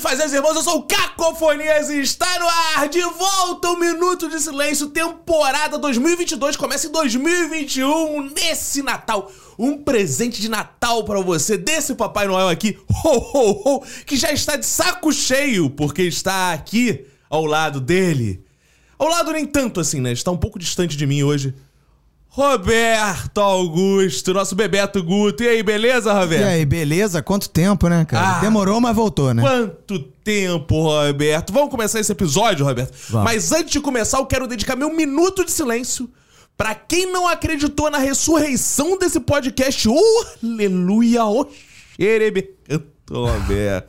Fazendo Irmãos, eu sou o Cacofonias e está no ar! De volta o Minuto de Silêncio, temporada 2022, começa em 2021, nesse Natal. Um presente de Natal para você, desse Papai Noel aqui, ho, ho, ho, que já está de saco cheio, porque está aqui ao lado dele. Ao lado nem tanto assim, né? Está um pouco distante de mim hoje. Roberto Augusto, nosso Bebeto Guto. E aí, beleza, Roberto? E aí, beleza? Quanto tempo, né, cara? É. Ah. Demorou, mas voltou, né? Quanto tempo, Roberto? Vamos começar esse episódio, Roberto. Vamos. Mas antes de começar, eu quero dedicar meu minuto de silêncio pra quem não acreditou na ressurreição desse podcast. Oh, aleluia, oh, xerebe. Canto, Roberto.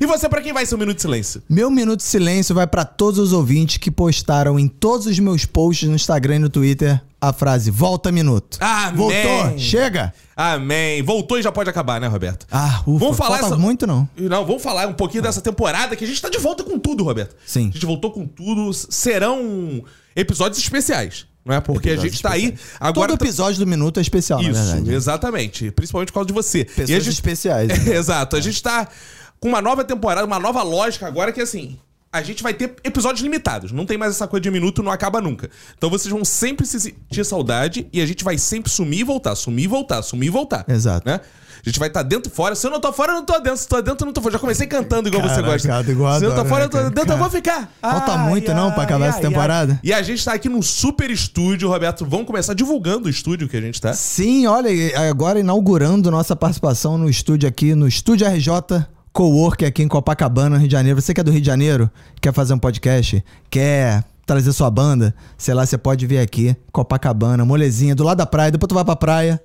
E você, pra quem vai ser o minuto de silêncio? Meu minuto de silêncio vai pra todos os ouvintes que postaram em todos os meus posts no Instagram e no Twitter a frase volta minuto. Amém. Voltou, chega. Amém. Voltou e já pode acabar, né, Roberto? Ah, ufa, Vamos falar falta essa- muito não. Ah. E Não, vamos falar um pouquinho dessa temporada que a gente tá de volta com tudo, Roberto. Sim. A gente voltou com tudo. Serão episódios especiais, não é? Porque a gente Episódios tá aí agora. Todo episódio do minuto é especial, na Isso, verdade. exatamente. Principalmente por causa de você. Pessoas E a gente... especiais. né? Exato. A gente tá com uma nova temporada, uma nova lógica agora que assim. A gente vai ter episódios limitados. Não tem mais essa coisa de um minuto, não acaba nunca. Então vocês vão sempre se sentir saudade e a gente vai sempre sumir e voltar, sumir e voltar, sumir e voltar. Exato. Né? A gente vai estar dentro e fora. Se eu não tô fora, eu não tô dentro. Se eu tô dentro, eu não tô fora. Já comecei cantando igual você Caraca, gosta. igual Se eu tô adoro, fora, né, eu tô cara? dentro, eu vou ficar. Falta muito, não, pra acabar essa temporada? E a gente tá aqui num super estúdio, Roberto. Vamos começar divulgando o estúdio que a gente tá. Sim, olha, e agora inaugurando nossa participação no estúdio aqui, no Estúdio RJ Cowork aqui em Copacabana, Rio de Janeiro. Você que é do Rio de Janeiro, quer fazer um podcast, quer trazer sua banda, sei lá, você pode vir aqui, Copacabana, molezinha, do lado da praia, depois tu vai pra praia.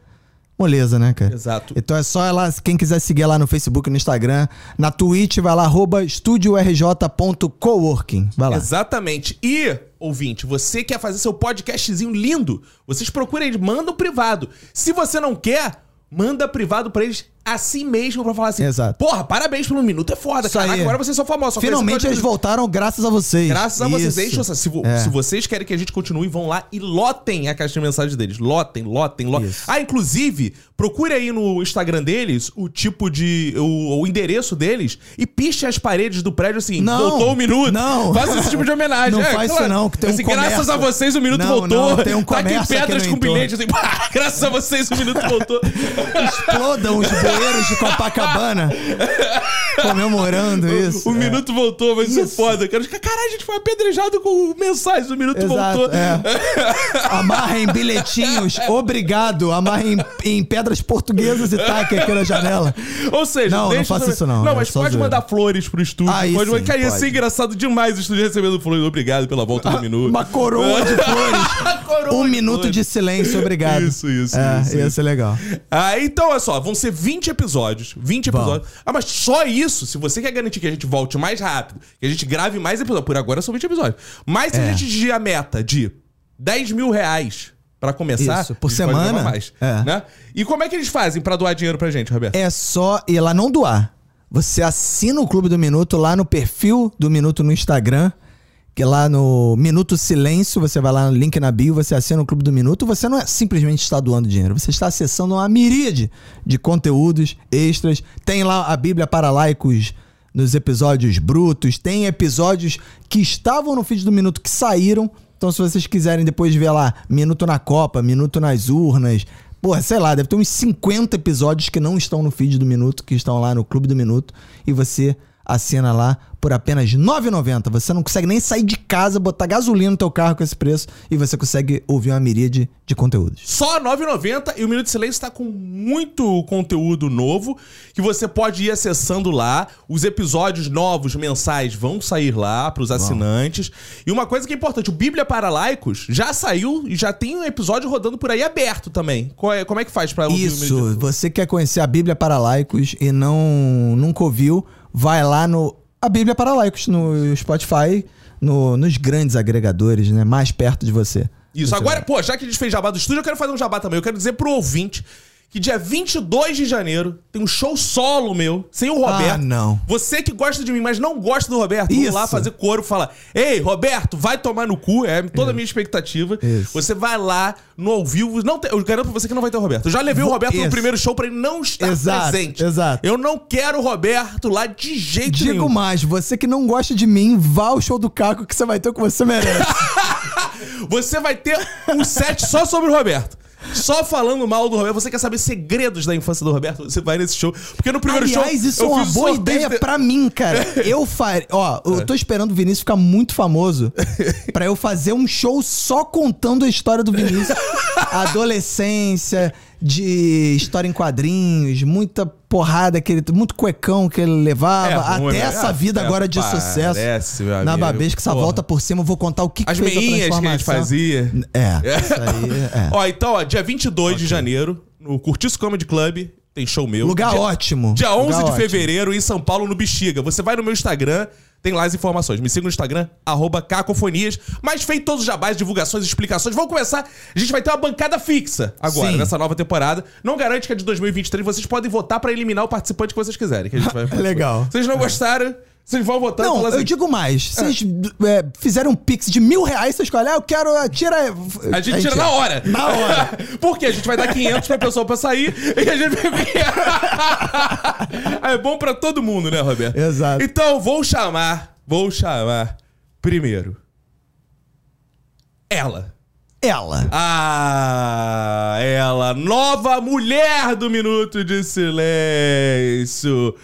Moleza, né, cara? Exato. Então é só ela, quem quiser seguir lá no Facebook, no Instagram, na Twitch, vai lá, arroba estudiorj.coworking. Vai lá. Exatamente. E, ouvinte, você quer fazer seu podcastzinho lindo? Vocês procuram eles, manda o privado. Se você não quer, manda privado pra eles assim mesmo pra falar assim. Exato. Porra, parabéns pelo minuto, é foda, Isso caraca. aí. Agora vocês são famosos. só Finalmente conhecem- eles voltaram graças a vocês. Graças a vocês. Isso. Deixa eu- se, vo- É. se vocês querem que a gente continue, vão lá e lotem a caixa de mensagem deles. Lotem, lotem, lotem. Isso. Ah, inclusive, procure aí no Instagram deles o tipo de. o, o endereço deles e piche as paredes do prédio assim. Não. voltou um minuto. Não. Faça esse tipo de homenagem. Não faz isso não, que tem um assim, Graças comércio. a vocês o minuto Não, voltou. não, tem um tá aqui comércio aqui pedras no com entorno. bilhete assim. "Pá, graças a vocês o minuto voltou. explodam os bueiros de Copacabana comemorando isso. O É. minuto voltou, vai ser Isso. foda. Cara, caralho, a gente foi apedrejado com mensagens. O minuto Exato, voltou. é. Amarrem bilhetinhos, obrigado. Amarrem em pedras portuguesas e taque aqui na janela. Ou seja, Não, não deixa faça também- isso não, Não, é mas só pode zoeira. mandar flores pro estúdio. Aí pode, sim, mandar- cara, ia ser pode. Ah, engraçado demais o estúdio recebendo flores. Obrigado pela volta do minuto. Uma coroa de flores. Coroa Um de minuto flores. de silêncio, obrigado. Isso, isso, É, isso, ia ser legal. Ah, então, olha só, vão ser 20 episódios. 20 Vão. episódios. Ah, mas só isso, se você quer garantir que a gente volte mais rápido, que a gente grave mais episódios, por agora são 20 episódios. Mas se a É. gente atingir a meta de 10 mil reais pra começar, Isso, por a gente pode semana. gravar mais, É. né? E como é que eles fazem pra doar dinheiro pra gente, Roberto? É só ir lá não doar. Você assina o Clube do Minuto lá no perfil do Minuto no Instagram, que é lá no Minuto Silêncio, você vai lá no link na bio, você assina o Clube do Minuto, você não é simplesmente está doando dinheiro, você está acessando uma miríade de conteúdos extras. Tem lá a Bíblia para laicos nos episódios brutos, tem episódios que estavam no feed do Minuto que saíram. Então, se vocês quiserem depois ver lá, Minuto na Copa, Minuto nas Urnas, porra, sei lá, deve ter uns 50 episódios que não estão no feed do Minuto, que estão lá no Clube do Minuto, e você assina lá por apenas R$ 9,90. Você não consegue nem sair de casa, botar gasolina no teu carro com esse preço, e você consegue ouvir uma miríade de conteúdos. Só R$ 9,90 e o Minuto de Silêncio está com muito conteúdo novo que você pode ir acessando lá. Os episódios novos, mensais, vão sair lá para os assinantes. E uma coisa que é importante, o Bíblia para Laicos já saiu e já tem um episódio rodando por aí aberto também. Qual é- como é que faz para ouvir o Minuto de Isso, Silêncio? você quer conhecer a Bíblia para laicos e não nunca ouviu, vai lá no a Bíblia para laicos no Spotify, no- nos grandes agregadores, né, mais perto de você. Isso. Você Agora, pô, já que a gente fez jabá do estúdio, eu quero fazer um jabá também. Eu quero dizer pro ouvinte que dia 22 de janeiro tem um show solo meu, sem o Roberto. Ah, não. Você que gosta de mim, mas não gosta do Roberto, vou Isso. lá fazer coro, falar: Ei, Roberto, vai tomar no cu, é toda a minha expectativa. Isso. Você vai lá no ao vivo. Não tem- eu garanto pra você que não vai ter o Roberto. Eu já levei o Roberto no Isso. primeiro show pra ele não estar Exato, presente. exato. Eu não quero o Roberto lá de jeito nenhum. Digo mais, você que não gosta de mim, vá ao show do Caco que você vai ter o que você merece. Você vai ter um set só sobre o Roberto. Só falando mal do Roberto. Você quer saber segredos da infância do Roberto? Você vai nesse show. Porque no primeiro Aliás, show. isso é uma fiz um boa sorteio ideia de- É. pra mim, cara. Eu faria. Ó, eu tô esperando o Vinícius ficar muito famoso pra eu fazer um show só contando a história do Vinícius. Adolescência, de história em quadrinhos, muita porrada que ele. Muito cuecão que ele levava. É ruim, até né? essa vida Até agora de sucesso. parece, meu na amigo. Babesca, essa Porra. volta por cima, eu vou contar o que As que fez a meinhas que a gente transformação. fazia. É, isso aí. é. Ó, então, ó, dia 22 de janeiro, no Curtiço Comedy Club, tem show meu. Lugar dia, ótimo. Dia Lugar 11 de ótimo. fevereiro, em São Paulo, no Bexiga. Você vai no meu Instagram, tem lá as informações. Me siga no Instagram, arroba cacofonias. Mas feito todos os jabás, divulgações, explicações. Vamos começar. A gente vai ter uma bancada fixa agora, Sim. nessa nova temporada. Não garante que a de 2023 vocês podem votar pra eliminar o participante que vocês quiserem. que a gente vai- Legal. Vocês não gostaram? Vocês vão votar e Não, falar eu digo mais. Ah. Vocês é, fizeram um pix de mil reais, vocês escolhem, ah, eu quero, ah, tira... A gente tira na hora. Na hora. Porque a gente vai dar 500 pra pessoa pra sair e a gente vai... É bom pra todo mundo, né, Roberto? Exato. Então, vou chamar, vou chamar primeiro ela. Ela. Ah, ela, nova mulher do Minuto de Silêncio.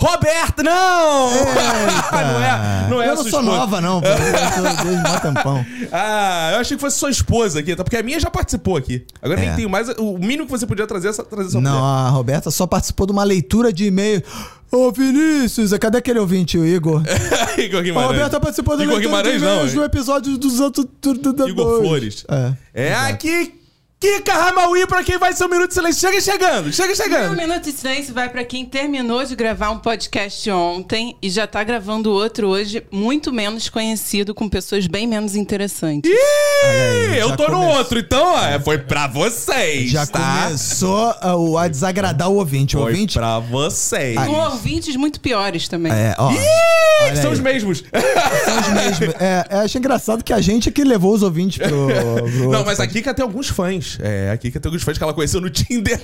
Roberto, não! não é, não é Ah. eu a não sua só esposa. nova, não. pô. Eu tô desde mó tempão. Ah, eu achei que fosse sua esposa aqui, tá? Porque a minha já participou aqui. Agora É. nem tenho mais. O mínimo que você podia trazer é essa- trazer sua Não, mulher. a Roberta só participou de uma leitura de e-mail. Ô, Vinícius, cadê aquele ouvinte, o Igor? Igor A Guimarães. Roberta participou da É, Igor leitura de Guimarães, e-mails não. do episódio 200... Igor Flores. É. É, aqui. Kika Ramauí pra quem vai ser o Minuto de Silêncio. Chega chegando, chega Um chegando. minuto de silêncio vai para quem terminou de gravar um podcast ontem e já tá gravando outro hoje, muito menos conhecido, com pessoas bem menos interessantes. Ih, aí, eu já tô no começou. outro, então, ó, foi pra vocês, Já tá? começou a, o- a desagradar o ouvinte. O Foi ouvinte... pra vocês. Com ouvintes muito piores também. É, ó. Ih, olha são aí. os mesmos. São os mesmos. É, é, acho engraçado que a gente que levou os ouvintes pro. pro Não, mas a Kika tem alguns fãs. É, a Kika tem alguns fãs que ela conheceu no Tinder.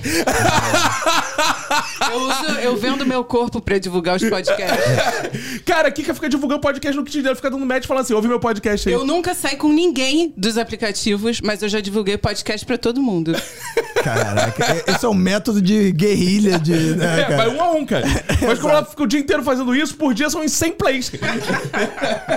Eu, uso, eu vendo meu corpo para divulgar os podcasts. É. Cara, a Kika fica divulgando podcast no Tinder, ela fica dando match e fala assim: ouve meu podcast aí. Eu nunca saí com ninguém dos aplicativos, mas eu já divulguei podcast para todo mundo. É. Caraca, é- esse é um método de guerrilha de. né, É, vai cara? um a um, cara. Mas como ela fica o dia inteiro fazendo isso, por dia são uns 100 plays.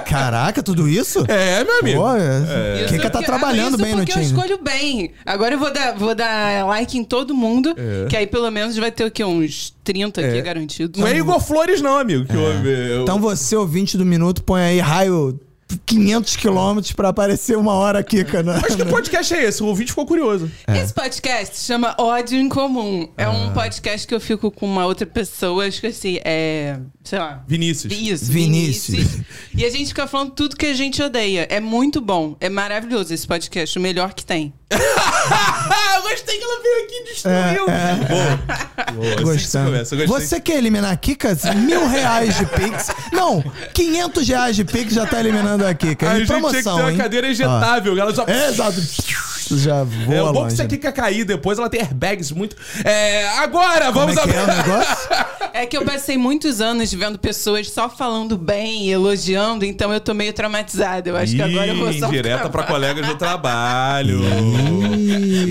Caraca, tudo isso? um- É, meu amigo. Pô, é. Isso Quem que tá porque- trabalhando ah, isso bem no porque eu time? escolho bem. Agora eu vou dar, vou dar like em todo mundo, É. que aí pelo menos vai ter o quê? Uns 30 aqui É. garantido. Não é Igor Flores, não, amigo. Que ouve. eu- Então você, ouvinte do minuto, põe aí raio 500 quilômetros pra aparecer uma hora né? aqui, cara. Mas que podcast é esse? O ouvinte ficou curioso. Esse podcast chama Ódio em Comum. É Ah. um podcast que eu fico com uma outra pessoa, acho que assim, é. Sei lá. Vinícius. Isso, Vinícius. Vinícius. E a gente fica falando tudo que a gente odeia. É muito bom. É maravilhoso esse podcast. O melhor que tem. Ah, eu gostei que ela veio aqui e destruiu. É. Boa. Boa. assim que se É, Gostando. começa, eu gostei. Você quer eliminar a Kika? Mil reais de Pix. Não, 500 reais de Pix já tá eliminando a Kika. A Em gente tinha que ter promoção, uma hein? cadeira injetável. Ela só... Ó, é, exato. Já voa É, o bom que longe. isso aqui quer cair depois, ela tem airbags muito. É, agora, vamos Como é que é o abrir. negócio? É que eu passei muitos anos vendo pessoas só falando bem e elogiando, então eu tô meio traumatizada. Eu acho que agora eu vou Ih, só. Direta pra colegas do trabalho.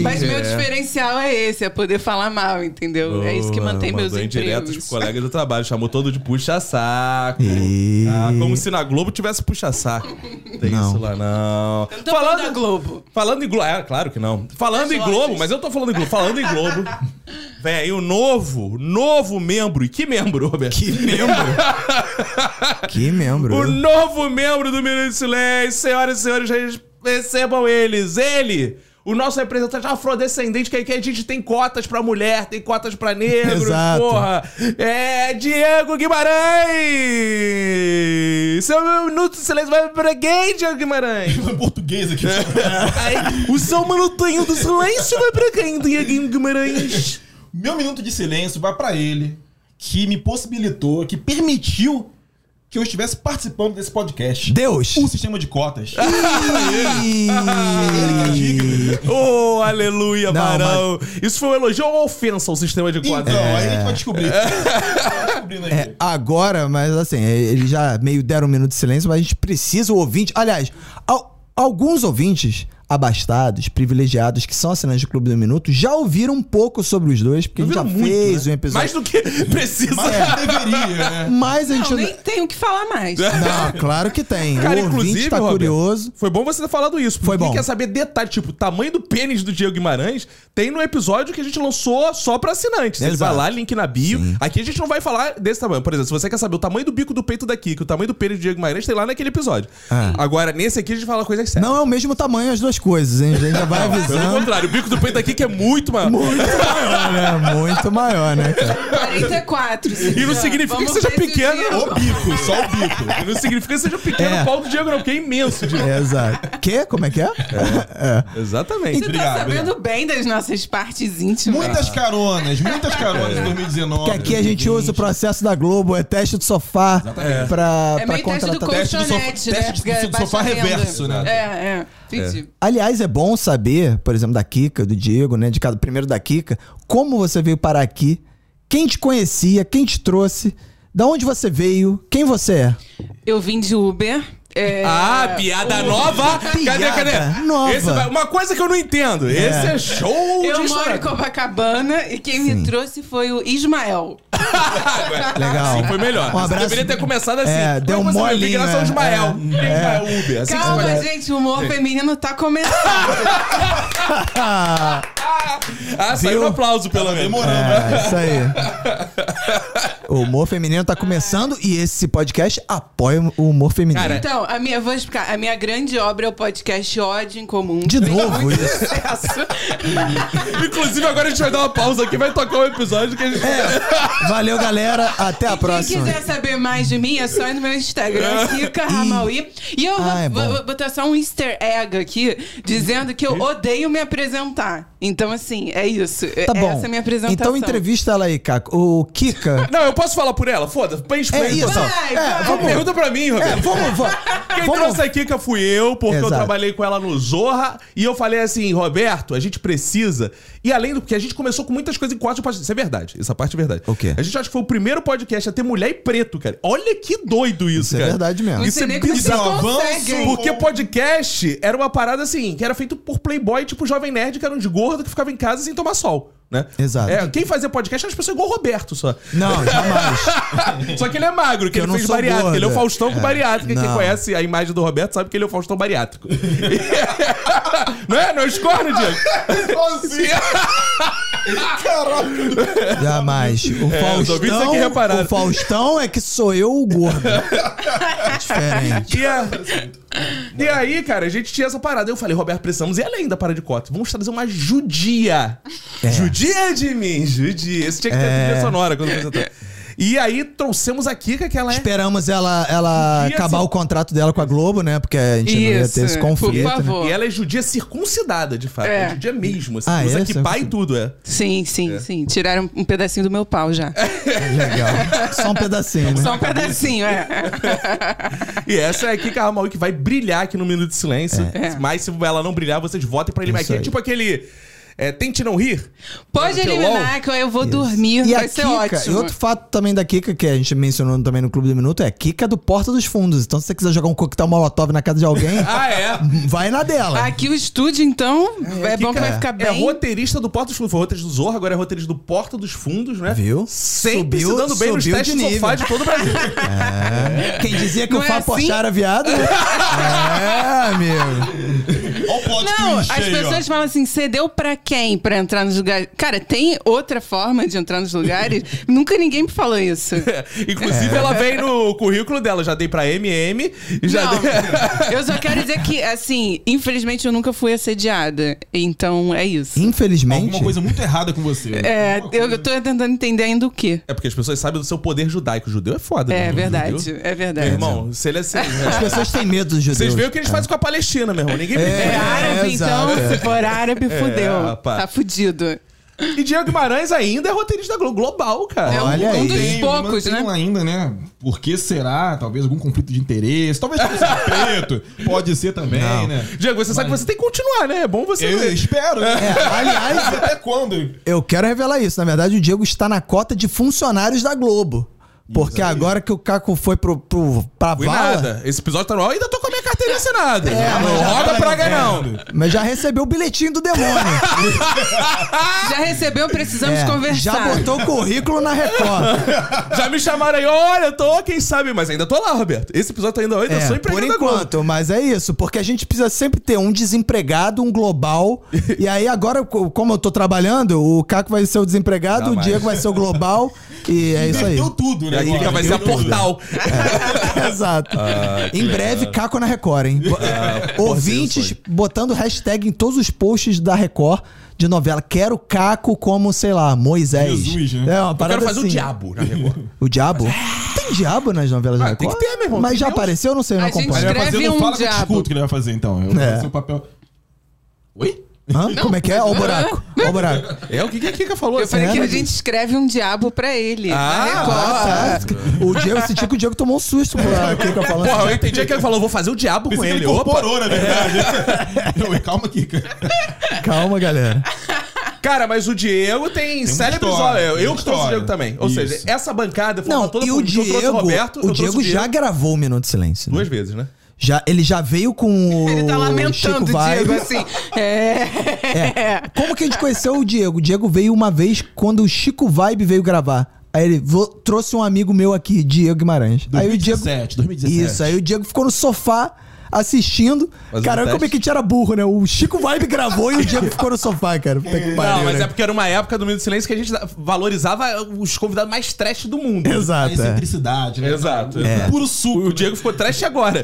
Mas meu É. diferencial é esse, é poder falar mal, entendeu? é isso que Boa, mantém meus mandou indiretas pro empregos. colega do trabalho, chamou todo de puxa-saco. Ih. Ah, como se na Globo tivesse puxa-saco. Tem Não. isso lá, não. Eu não tô falando da Globo. Falando em Globo. É, claro que não. Falando em Globo, ordens. mas eu tô falando em Globo. Falando em Globo. Vem aí o novo, novo membro. E que membro, Roberto? Que Que membro. O novo membro do Minuto de Silêncio, senhoras e senhores, re- recebam eles. Ele, o nosso representante afrodescendente, que aqui a gente tem cotas pra mulher, tem cotas pra negro, Exato. porra. É Diego Guimarães. Seu Minuto de Silêncio vai pra quem, Diego Guimarães? Foi português aqui. Ai, o seu Minutinho do Silêncio vai pra quem, Diego Guimarães? Meu minuto de silêncio vai pra ele, que me possibilitou, que permitiu que eu estivesse participando desse podcast. Deus! O sistema de cotas. Ih. é né? Ô, Oh, aleluia, Não, Barão. Isso foi um elogio ou uma ofensa ao sistema de Então, quadros? aí a gente vai descobrir. A gente vai descobrindo aí. É, agora, mas assim, é, eles já meio deram um minuto de silêncio, mas a gente precisa o ouvinte. Aliás, al- alguns ouvintes abastados, privilegiados, que são assinantes do Clube do Minuto, já ouviram um pouco sobre os dois, porque a gente já Ouviram muito, né? fez um episódio. Mais do que precisa. Mas É. deveria, né? Mas a gente. Não, nem tenho o que falar mais. Não, claro que tem. Cara, o ouvinte inclusive, tá Roberto, curioso. Foi bom você ter falado isso. porque Foi bom. Quem quer saber detalhe, tipo, o tamanho do pênis do Diego Guimarães, tem no episódio que a gente lançou só pra assinantes. Ele vai Exato. lá, link na bio. Aqui a gente não vai falar desse tamanho. Por exemplo, se você quer saber o tamanho do bico do peito da Kika, o tamanho do pênis do Diego Guimarães, tem lá naquele episódio. Ah. Agora, nesse aqui a gente fala coisas sérias. Não é o mesmo tamanho as duas coisas, hein? A gente já vai Pelo avisando. contrário, o bico do peito da Kika é muito maior. Muito maior, né? Muito maior, né, cara? 44. E não significa que seja pequeno. O bico, só o bico. Não significa que seja pequeno É. o pau do Diego, não, porque é imenso, Diego. É, exato. Quê? Como é que é? É. Exatamente. Você Obrigado, tá sabendo bem das nossas partes íntimas. Muitas caronas, muitas caronas em 2019. Ah. É. Que aqui a gente usa o 2020. processo da Globo, é teste do sofá pra, É pra meio teste contratar. do tá Teste do sofá- colchonete, né? teste do Porque sofá baixa renda. reverso, né? É, é. Entendi. Aliás, é bom saber, por exemplo, da Kika, do Diego, né? De cada, primeiro da Kika, como você veio parar aqui, quem te conhecia, quem te trouxe, da onde você veio, quem você é. Eu vim de Uber. é, Ah, piada o- nova! cadê, Piada cadê? nova. Esse vai- uma coisa que eu não entendo. Esse é show de Eu moro em história. Copacabana e quem me trouxe foi o Ismael. Legal. Ah, Sim, foi melhor. Um Você abraço. deveria ter começado assim. É, deu Como você mole, vai vir graças né? ao Ismael. É. Ismael Uber. Assim que você Calma, vai- gente, o humor feminino tá começando. Ah, saiu um Viu? aplauso, pelo Tava menos. demorando, né? É, isso aí. O humor feminino tá começando e esse podcast apoia o humor feminino. Cara, Então, a minha, vou explicar. A minha grande obra é o podcast Ódio em Comum. de novo isso. Inclusive, agora a gente vai dar uma pausa aqui, vai tocar um episódio que a gente. É. Valeu, galera. Até a Quem próxima. quiser saber mais de mim, é só ir no meu Instagram, Kika Ramaui. E eu vou, Ah, é bom. vou- vou botar só um easter egg aqui, dizendo que eu odeio me apresentar. Então, assim, é isso. É- Tá bom. Essa é a minha apresentação. Então entrevista ela aí, Caco. O Kika. Não, eu posso falar por ela? Foda-se. Põe É explica. isso. vai, é, vai. vamos. Pergunta pra mim, É, Roberto. vamos, vamos. Quem vamos. trouxe a Kika fui eu, porque eu Exato. trabalhei com ela no Zorra. E eu falei assim, Roberto, a gente precisa. E além do que a gente começou com muitas coisas em quatro partes. Isso é verdade. Essa parte é verdade. O quê? A gente acha que foi o primeiro podcast a ter mulher e preto, cara. Olha que doido isso, Isso é cara. verdade mesmo. Não Isso sei é nem como vocês bizarro. conseguem. Avanço. Porque podcast era uma parada assim, que era feito por playboy, tipo jovem nerd, que era um de gordo que ficava em casa sem tomar sol, né? Exato. É, quem fazia podcast era as pessoas igual o Roberto só. Não, jamais. Só que ele é magro, que Eu ele não fez sou bariátrica. gorda. Ele é o Faustão com É. bariátrica. Quem Não. conhece a imagem do Roberto sabe que ele é o Faustão bariátrico. não é? Não escorre, Diego? É. Sozinho. Caraca. Jamais. O os ouvintes é que Faustão. repararam. o Faustão é que sou eu o gordo. Diferente. E, a- e aí, cara, a gente tinha essa parada. Eu falei, Roberto, precisamos ir além da parada de cota. Vamos trazer uma judia. É. Judia de mim, judia. Esse tinha que ter É. trilha sonora quando apresentou. E aí trouxemos a Kika, que ela é. Esperamos ela, ela Judia, acabar sim. o contrato dela com a Globo, né? Porque a gente não ia Um Isso, ter esse por conflito. né? favor. E ela é judia circuncidada, de fato. É. É, judia mesmo, assim. Ah, usa é? kippah e tudo, é. Sim, sim, sim. Tiraram um pedacinho do meu pau já. Legal. Só um pedacinho, né? Só um pedacinho, é. E essa é a Kika Ramaui que vai brilhar aqui no Minuto de Silêncio. É. Mas se ela não brilhar, vocês votem pra ele. Mas Isso aqui é aí. tipo aquele. é, Tente não rir. Pode Sabe o que é eliminar que eu vou dormir, E a vai ser Kika, ótimo. E outro fato também da Kika, que a gente mencionou também no Clube do Minuto, é a Kika do Porta dos Fundos. Então, se você quiser jogar um coquetel molotov na casa de alguém, Ah, é? vai na dela. Aqui o estúdio, então, é, bom que vai ficar bem. É roteirista do Porta dos Fundos. Foi roteirista do Zorra, agora é roteirista do Porta dos Fundos, né? Viu? Sempre Subiu- se dando bem nos subiu testes de de sofá nível. de todo o Brasil. Quem dizia que Não o é Fábio assim? Porchat era viado? é, amigo. Olha o plot Não, twist as aí, ó. pessoas falam assim, cedeu pra quem pra entrar nos lugares? Cara, tem outra forma de entrar nos lugares? Nunca ninguém me falou isso. É. Inclusive, ela vem no currículo dela. Já dei pra MM. Já Não, dei... eu só quero dizer que, assim, infelizmente eu nunca fui assediada. Então, é isso. Infelizmente. Alguma coisa muito errada com você. É, Alguma eu, coisa. eu tô tentando entender ainda o quê. É porque as pessoas sabem do seu poder judaico. Judeu é foda, né? É verdade, Judeu. é Meu verdade. irmão, se ele é assim. As né? pessoas têm medo dos judeus. É. Vocês veem o que eles fazem com a Palestina, meu irmão. Ninguém É árabe, exato, então, é. se for árabe, fudeu. rapaz. tá fudido. E Diego Guimarães ainda é roteirista da Glo- global, cara. É um- Olha um, aí. dos Tem poucos, né? mantenham ainda, né? Por que será? Talvez algum conflito de interesse. Talvez por ser preto. Pode ser também, Não. né? Diego, você sabe que Mas- você tem que continuar, né? É bom você. Eu espero. É, né? aliás, Até quando? Eu quero revelar isso. Na verdade, o Diego está na cota de funcionários da Globo. Porque aí. agora que o Caco foi pro, pro, pra Fui vala, nada. Esse episódio tá no ar, ainda tô com a minha carteira assinada. não já roda tá praga, não. entendendo. mas já recebeu o bilhetinho do demônio. Já recebeu, precisamos É, conversar. já botou o currículo na Record. Já me chamaram aí, olha, eu tô, quem sabe, mas ainda tô lá, Roberto. Esse episódio tá ainda, ainda É, sou por empregado da Globo. enquanto, mas é isso. Porque a gente precisa sempre ter um desempregado, um global. e aí agora, co- como eu tô trabalhando, o Caco vai ser o desempregado, o Jamais. Diego vai ser o global. E é isso aí. É, Deu tudo, né? E aí agora? fica, vai ser Deu a portal. Exato. Ah, em breve, Caco na Record, É, hein? Bo- Ouvintes botando hashtag em todos os posts da Record de novela. Quero Caco como, sei lá, Moisés. Jesus, né? É uma Eu parada quero fazer assim. o diabo na Record. O diabo? Tem diabo nas novelas da Ah, tem Record? que ter, meu irmão, Mas tem já Deus. apareceu, eu não sei, eu não A gente Mas acompanho. ele vai fazer, Escreve não um fala que eu diabo. discuto que ele vai fazer, então. Eu vou É. fazer o papel. Oi? Hã? como é que é? Ó o buraco. Ó o buraco. É o que que a Kika falou. Eu falei Sério? que a assim, gente escreve um diabo pra ele. na Ah, Record. Ah, o Diego, esse tipo, o Diego tomou um susto por aquilo que eu falo. Porra, eu entendi que ele falou, vou fazer o diabo com Pensei que ele. ele Opa. incorporou, na verdade. Não, calma aqui, cara. assim, Calma, galera. Cara, mas o Diego tem, uma célebres. história, olha, tem eu uma que trouxe o história. Diego também. Ou Isso. seja, essa bancada foi Não, toda e o comigo. Eu trouxe Diego, o Roberto. o eu trouxe Diego já gravou o Minuto de Silêncio. né? Duas vezes, né? Já, ele já veio com Ele tá o Chico lamentando, Vai. Diego, assim. É. É. Como que a gente conheceu o Diego? O Diego veio uma vez quando o Chico Vibe veio gravar. Aí ele "Vou- trouxe um amigo meu aqui, Diego Guimarães. aí o Diego. 2017, 2017. Isso, é, aí o Diego ficou no sofá assistindo. Fazendo Caramba, como é teste. que a gente era burro, né? O Chico Vibe gravou e o Diego ficou no sofá, cara. Puta que pariu, Não, mas né? é porque era uma época do Minuto de Silêncio que a gente valorizava os convidados mais trash do mundo. É. A Exato. é. excentricidade, né? Exato. O Puro suco. O Diego ficou trash agora.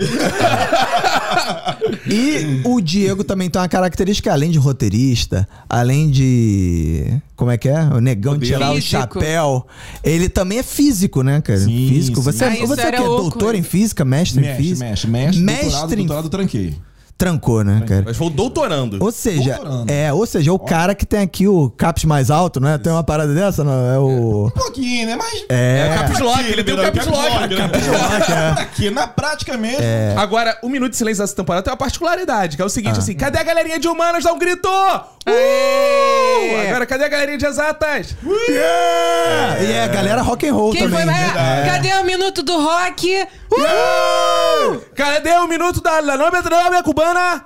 E o Diego também tem uma característica, além de roteirista, além de. Como é que é? O negão de tirar Físico. o chapéu. Ele também é físico, né, cara? Sim, físico. sim. Você, Ah, isso você é o quê? era oco, Doutor hein? em física? Mestre em Mexe, física? mexe, mexe. doutorado, Mestre em... doutorado, tranquei. Trancou, né, cara? Mas foi o doutorando. Ou seja, Doutorando. é, ou seja, é o cara que tem aqui o caps mais alto, né? Tem uma parada dessa, não? É o. Um pouquinho, né? Mas... É, o caps lock, ele tem o caps lock. um né? é. Aqui, na prática mesmo. Agora, o Minuto de Silêncio dessa temporada tem uma particularidade, que é o Ah. seguinte, assim, cadê a galerinha de humanas? Dá um grito! Uh! Agora, cadê a galerinha de exatas? É, E é, galera rock and roll Quem também. foi mais? Ah, né? Cadê o minuto do rock? Uh! Cadê o Minuto da La Nome Drama Cubana?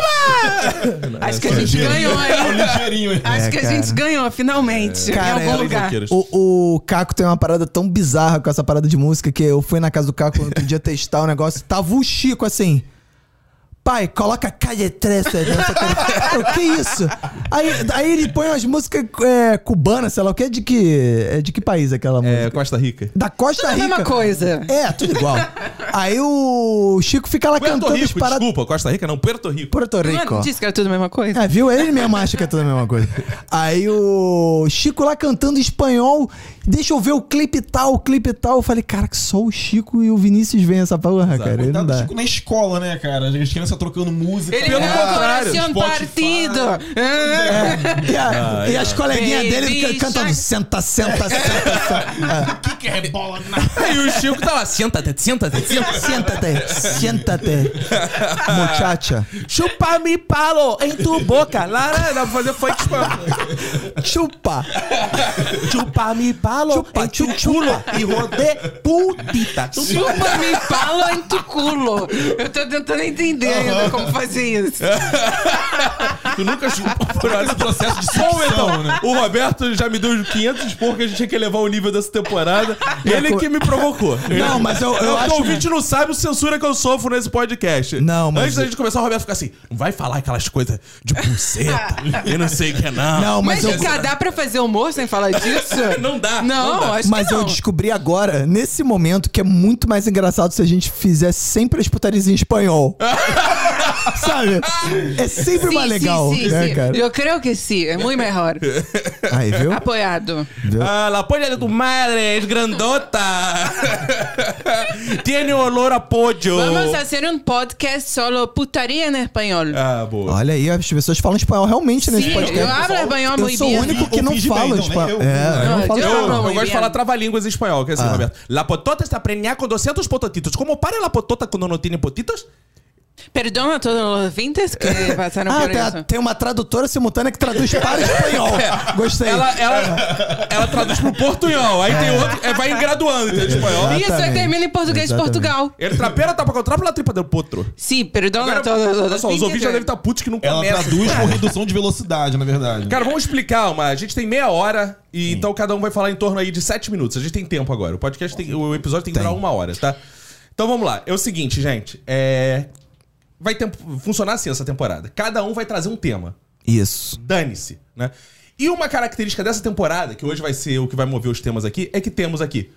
Arriba! Acho que a gente ganhou, É hein? ligeirinho, hein? Acho que a cara. gente ganhou, finalmente. Cara, em é- algum lugar. O, o Caco tem uma parada tão bizarra com essa parada de música que eu fui na casa do Caco outro dia testar o negócio. Tava o Chico assim. Pai, coloca Calle 13. O que é isso? Aí, aí ele põe umas músicas é, cubanas, sei lá o que. É de que, é de que país aquela música? É, Costa Rica. Da Costa Tudo a Rica. mesma coisa. É, tudo igual. aí o Chico fica lá Puerto cantando as Rico, paradas. desculpa, Costa Rica não, Puerto Rico. Puerto Não Rico. Não disse que era tudo a mesma coisa? É, viu? Ele mesmo acha que é tudo a mesma coisa. Aí o Chico lá cantando em espanhol, deixa eu ver o clipe tal, o clipe tal. Eu falei, cara, que só o Chico e o Vinícius vêm essa porra, cara. Ele não Coitado do dá. Tá Chico na escola, né, cara? As crianças trocando música. Ah. Ele Pelo é contrário, coração Spotify. partido. É. É. E, a- e as coleguinhas Baby dele can- cantando Shark. senta, senta, senta, O que que é bola na... Aí o Chico tá lá, senta-te, senta-te, senta. Senta-te, senta-te. Muchacha. Chupa-me palo em tu boca. Lá, lá, dá pra fazer funk tipo, espanhol. Chupa. Chupa-me palo Chupa, é em tu chupa. culo e rodê putita. Chupa me pala em tu culo. Eu tô tentando entender ainda como fazer isso. É, Tu nunca chupou por um esse processo de som, então. né? O Roberto já me deu 500 porra que a gente tinha que elevar o nível dessa temporada. Ele que me provocou. Não, mas eu- eu Porque acho- O ouvinte não sabe o censura que eu sofro nesse podcast. Não, mas- Antes da gente começar, o Roberto fica assim, não vai falar aquelas coisas de buceta e não sei o que é, não. Não, mas Mas, eu. vem cá, dá pra fazer humor sem falar disso? Não dá, Não, não dá. acho Mas que não. eu descobri agora, nesse momento, que é muito mais engraçado se a gente fizer sempre as putarias em espanhol. Sabe? É sempre mais legal, né, cara? Eu creo que sim, é muito melhor. Aí, viu? Apoiado. viu? Ah, la polla de tu madre es grandota. Tiene olor a pollo. Vamos fazer um podcast solo putaria em espanhol. Ah, boa. Olha aí, as pessoas falam espanhol realmente nesse Sim, eu podcast. hablo espanhol Eu muito sou o bem. único que Eu não fingi bem fala também, espanhol. eu- É, eu não Ah, falo eu- espanhol. Eu, eu Muy gosto de bien. falar trava-línguas em espanhol, que é assim, Ah. Roberto. La potota está preñada com 200 pototitos. Como para la potota quando não tiene potitos? Perdão a todos os ouvintes que passaram Ah, por tem, isso. a- tem uma tradutora simultânea que traduz para o espanhol. Gostei. Ela, é- ela, ela traduz pro portunhol. Aí tem outro, é, vai graduando entendeu, espanhol. tá Isso aí Exatamente. termina em português de Exatamente. Portugal. Ele trapera, tapa contra pela tripa do potro. Sim, perdão a todos os Olha só, os ouvintes já devem tá- estar putos que não Ela começam. traduz com redução de velocidade, na verdade. Cara, vamos explicar uma. A gente tem meia hora, e então cada um vai falar em torno aí de sete minutos. A gente tem tempo agora. O podcast tem. O episódio tem que durar uma hora, tá? Então vamos lá. É o seguinte, gente. É. Vai tempo- funcionar assim essa temporada. Cada um vai trazer um tema. Isso. Dane-se, né? E uma característica dessa temporada, que hoje vai ser o que vai mover os temas aqui, é que temos aqui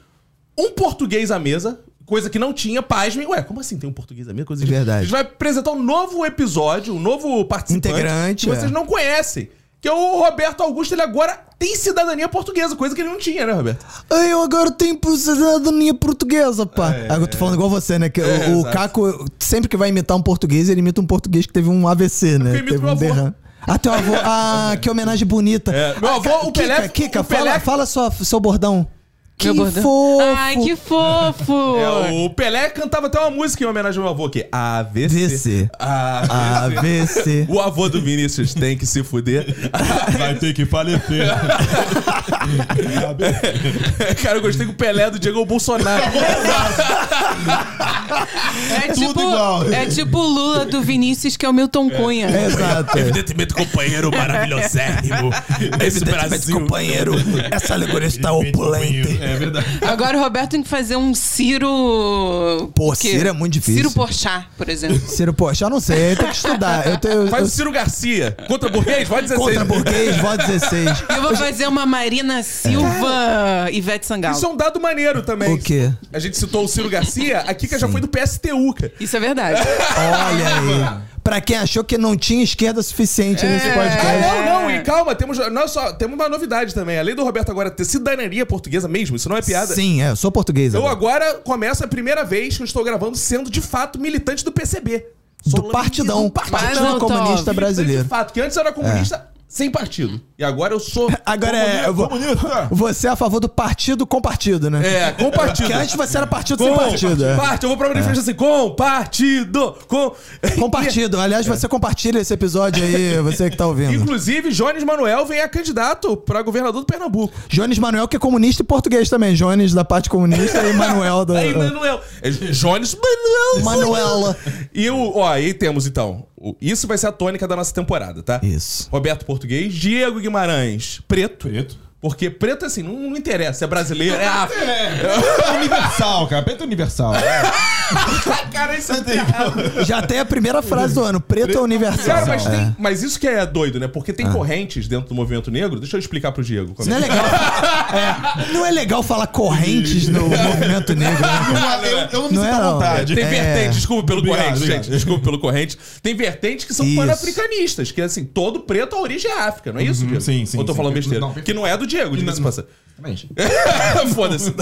um português à mesa, coisa que não tinha, pasmem. Ué, como assim tem um português à mesa? Coisa de... É Verdade. A gente vai apresentar um novo episódio, um novo participante. Integrante, Que vocês é. não conhecem. Que é o Roberto Augusto, ele agora tem cidadania portuguesa, coisa que ele não tinha, né, Roberto? Ai, eu agora tenho pro- cidadania portuguesa, pá. Agora eu tô falando igual você, né? Que o- É, o, exato. Caco, sempre que vai imitar um português, ele imita um português que teve um AVC, É porque eu né? imito teve meu um avô. Ah, teu avô. Ah, que homenagem bonita. É, meu Ah, avô, Ca- o Pelé- Kika, Kika, o Pelé- fala, fala sua, seu bordão. Que fofo. Ai, que fofo. É, o Pelé cantava até uma música em homenagem ao meu avô é aqui. AVC. DC. Ah, AVC. AVC. ah, O avô do Vinícius tem que se fuder. Vai ter que falecer. Cara, eu gostei que o Pelé é do Diego Bolsonaro. É tudo tipo, igual. é tipo o Lula do Vinícius, que é o Milton Cunha. Exato. Evidentemente, companheiro maravilhosérrimo desse Brasil. companheiro, essa alegoria está opulenta. É verdade. Agora o Roberto tem que fazer um Ciro. Pô, que- Ciro é muito difícil. Ciro Porchat, por exemplo. Ciro, poxa, eu não sei, eu tenho que estudar. Eu tenho. Faz eu- o Ciro Garcia. Contra burguês, assim. vai 16. Contra burguês, voto 16. Eu vou fazer uma Marina Silva Ivete Sangalo. Isso é Isso, um dado maneiro também. O quê? A gente citou o Ciro Garcia, a Kika já foi do PSTU, cara. um- é verdade. Olha aí. Pra quem achou que não tinha esquerda suficiente nesse É. Ah, podcast. não, não, e calma, temos, não é só, temos uma novidade também. Além do Roberto agora ter cidadania portuguesa mesmo, isso não é piada. Sim, é, eu sou português Eu agora. agora começo a primeira vez que eu estou gravando sendo de fato militante do PCB. Sou Do partidão. do partido. Mas não, Partido Tom, Comunista militante Brasileiro. É. De fato, que antes eu era comunista sem partido. E agora eu sou. Agora é. eu vou- Comunista. Você é a favor do partido com partido, né? É, com partido. Porque antes você era partido sem Com partido. é. Parte, eu vou pra manifestação assim, com partido. Com. Com partido. Aliás, você compartilha esse episódio aí, você que tá ouvindo. Inclusive, Jones Manuel vem a candidato pra governador do Pernambuco. Jones Manuel, que é comunista e português também. Jones da parte comunista e Manuel da. Aí, Manuel. É Jones Manuel. Manuela. E o, ó, aí temos então. o- Isso vai ser a tônica da nossa temporada, tá? Isso. Roberto Português, Diego Guimarães, preto. Preto. Porque preto, assim, não, não interessa. É brasileiro, é afro. É universal, cara. Preto é universal. Cara, isso é Já tem a primeira frase do ano. Preto é universal. Cara, mas, É. tem, mas isso que é doido, né? Porque Ah. tem correntes dentro do movimento negro. Deixa eu explicar pro Diego. Como Não é é. legal. É, não é legal falar correntes no movimento negro. Né? Eu, eu não me Não é, sinto à não. vontade. Tem É. vertentes, desculpa pelo Obrigado, corrente, obrigado. gente. Desculpa pelo corrente. Tem vertentes que são Isso. pan-africanistas, que é assim, todo preto a origem é África, não é isso, Diego? Uhum. sim, sim, Ou eu tô sim. falando besteira. Não, que não é do Diego, diga-se Não, passa. Exatamente. Foda-se.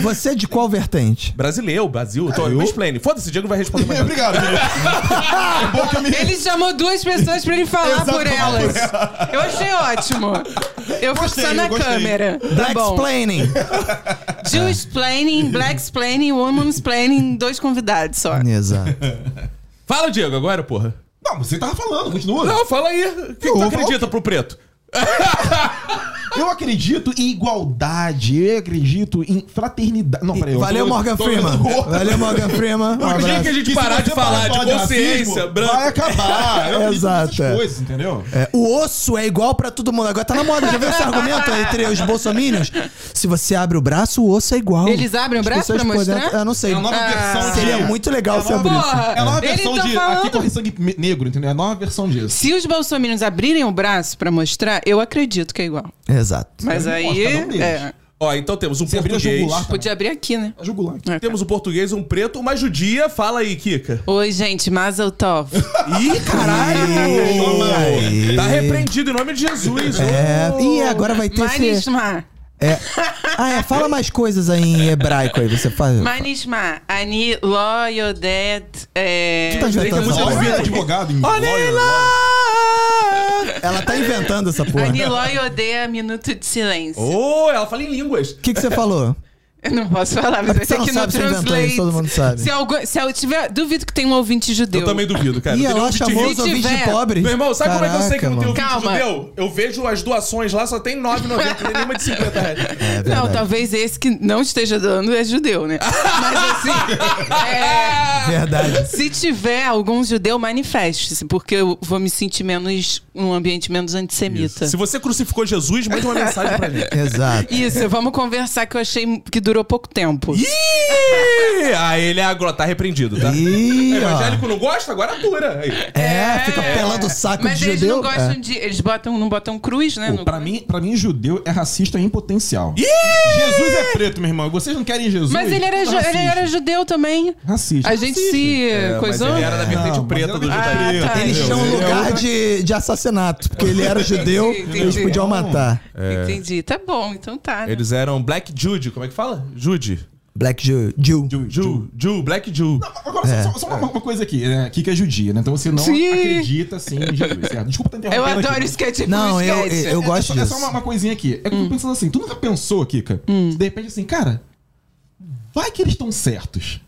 Você é de qual vertente? Brasileiro, Brasil. Tô, me explain. Foda-se, Diego vai responder mais. nada. Obrigado, Diego. É bom que eu me... Ele chamou duas pessoas pra ele falar Exato, por falar por elas. Eu achei ótimo. Eu fico Gostei, só na gostei. câmera. Tá Black bom. explaining. Jew explaining, black explaining, woman explaining, dois convidados só. Exato. Fala, Diego, agora, porra. Não, você tava falando, continua. Não, fala aí. O que, que Eu tu vou- acredita pro preto? Eu acredito em igualdade, eu acredito em fraternidade. Não, peraí. eu Valeu, tô- Morgan tô- Freeman. tô- Valeu, Morgan Freeman. Um acredito que abraço. a gente E se parar de você falar de consciência, racismo, branco. assim, Vai acabar. Eu acredito Exato, nessas é. coisas, entendeu? É, o osso é igual pra todo mundo. Agora tá na moda. Já viu esse argumento entre os bolsominions? Se você abre o braço, o osso é igual. Eles abrem o As braço pessoas pra por mostrar? dentro- Eu não sei. É a nova Ah, versão de... Seria muito legal É se uma abrir isso. Porra, É a nova ele versão tá de... falando- Aqui corre sangue me- negro, entendeu? É a nova versão disso. Se os bolsominions abrirem o braço pra mostrar, eu acredito que é igual. Exato. Mas Eu não aí. gosto, cada um deles. é. Ó, então temos um Você abriu a português. jugular? Podia abrir aqui, né? A jugular aqui. É, Temos um português, um preto, uma judia. Fala aí, Kika. Oi, gente, Mazel Tov. Ih, Aí. caralho! tá repreendido em nome de Jesus. É. Ô. Ih, agora vai ter. Esse... Manishma, É. Ah, é. Fala mais coisas aí em hebraico aí. Você faz. Manishma, Ani Lo Yodet. É... Tu tá Tem que inventando música essa do Olha, porra? Vitor. advogado em Olha lawyer, lá! Ela tá inventando essa porra. Oh. Ani Lo Yodet, Minuto de Silêncio. Ô, ela fala em línguas. O que, que você falou? Eu não posso falar, mas Você vai ser não aqui no sabe se inventou isso, Translate. todo mundo sabe. Se, algum, se eu tiver. Duvido que tem um ouvinte judeu. Eu também duvido, cara. Ih, Não tem um ela nenhum chamou os ouvinte- Se ouvintes de tiver- pobre. Meu irmão, sabe como é que eu sei que não tem Caraca, ouvinte Calma. judeu? Eu vejo as doações lá, só tem 9,90, não tem nenhuma de 50 reais. mano. É Não, tá. verdade. talvez esse que não esteja dando é judeu, né? Mas assim. é, Verdade. se tiver algum judeu, manifeste-se, porque eu vou me sentir menos. num ambiente menos antissemita. Se você crucificou Jesus, manda uma mensagem pra gente. Exato. Isso, vamos conversar que eu achei que durou pouco tempo. Ih! Ah, ele é agora, tá repreendido, tá? Ih, ó. Evangélico não gosta? Agora dura. Aí. É, fica pelando o saco Mas de eles judeu. não gostam É. de. Eles botam, não botam cruz, né? Pô, no- pra, mim, pra mim, judeu é racista em potencial. Jesus é preto, meu irmão. Vocês não querem Jesus? Então Mas ele era, ju- Racista. ele era judeu também. Racista. A gente Racista. se coisou. É, Mas ele era da vertente Não, mas preta eu- do Ah, judaísmo. tá. Eles Entendeu? tinham um É lugar de, de assassinato, porque ele era judeu Entendi, e eles entendi. podiam matar. É. Entendi. Tá bom, então tá. né? Eles eram Black Jude, como é que fala? Jude. Black Jew. Jew. Ju- Ju- Jew, Jew, Black Jew. Agora, É. só- só, só uma, uma coisa aqui, né? Kika é judia, né? Então você não Sim. acredita, sim, em Jesus, certo? Desculpa ter Eu interrompendo aqui. adoro isso Hum. que é tipo Não, um eu, sketch. eu, eu É gosto só, é disso. só uma, uma coisinha aqui. É que eu tô pensando assim, tu nunca pensou, Kika? Hum. De repente, assim, cara, vai que eles estão certos.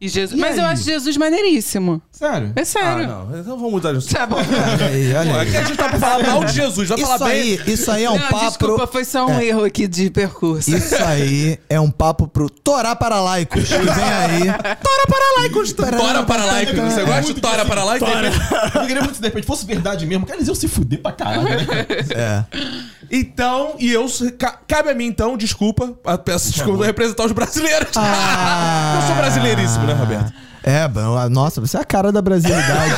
E Jesus- E Mas eu aí? acho Jesus maneiríssimo. Sério? É Ah, sério. não. Então vamos mudar de assunto. Tá bom. Aí, olha aí. Aqui a gente tá pra falar mal de Jesus, vai falar Isso bem. aí, isso aí é um não, papo. desculpa, foi só um erro aqui de percurso. Isso aí é um papo pro Torá para laicos que vem aí. Torá para laicos. Tora para laicos. É, Você gosta de Tora para laicos? assim, Eu queria muito se de repente fosse verdade mesmo. Cara, eles iam se fuder pra caralho. né? É, Então, e eu. ca- Cabe a mim, então, desculpa. a- Peço desculpa de representar os brasileiros. Ah. eu sou brasileiríssimo, né, Roberto? É, bom, ah, nossa, você é a cara da brasilidade.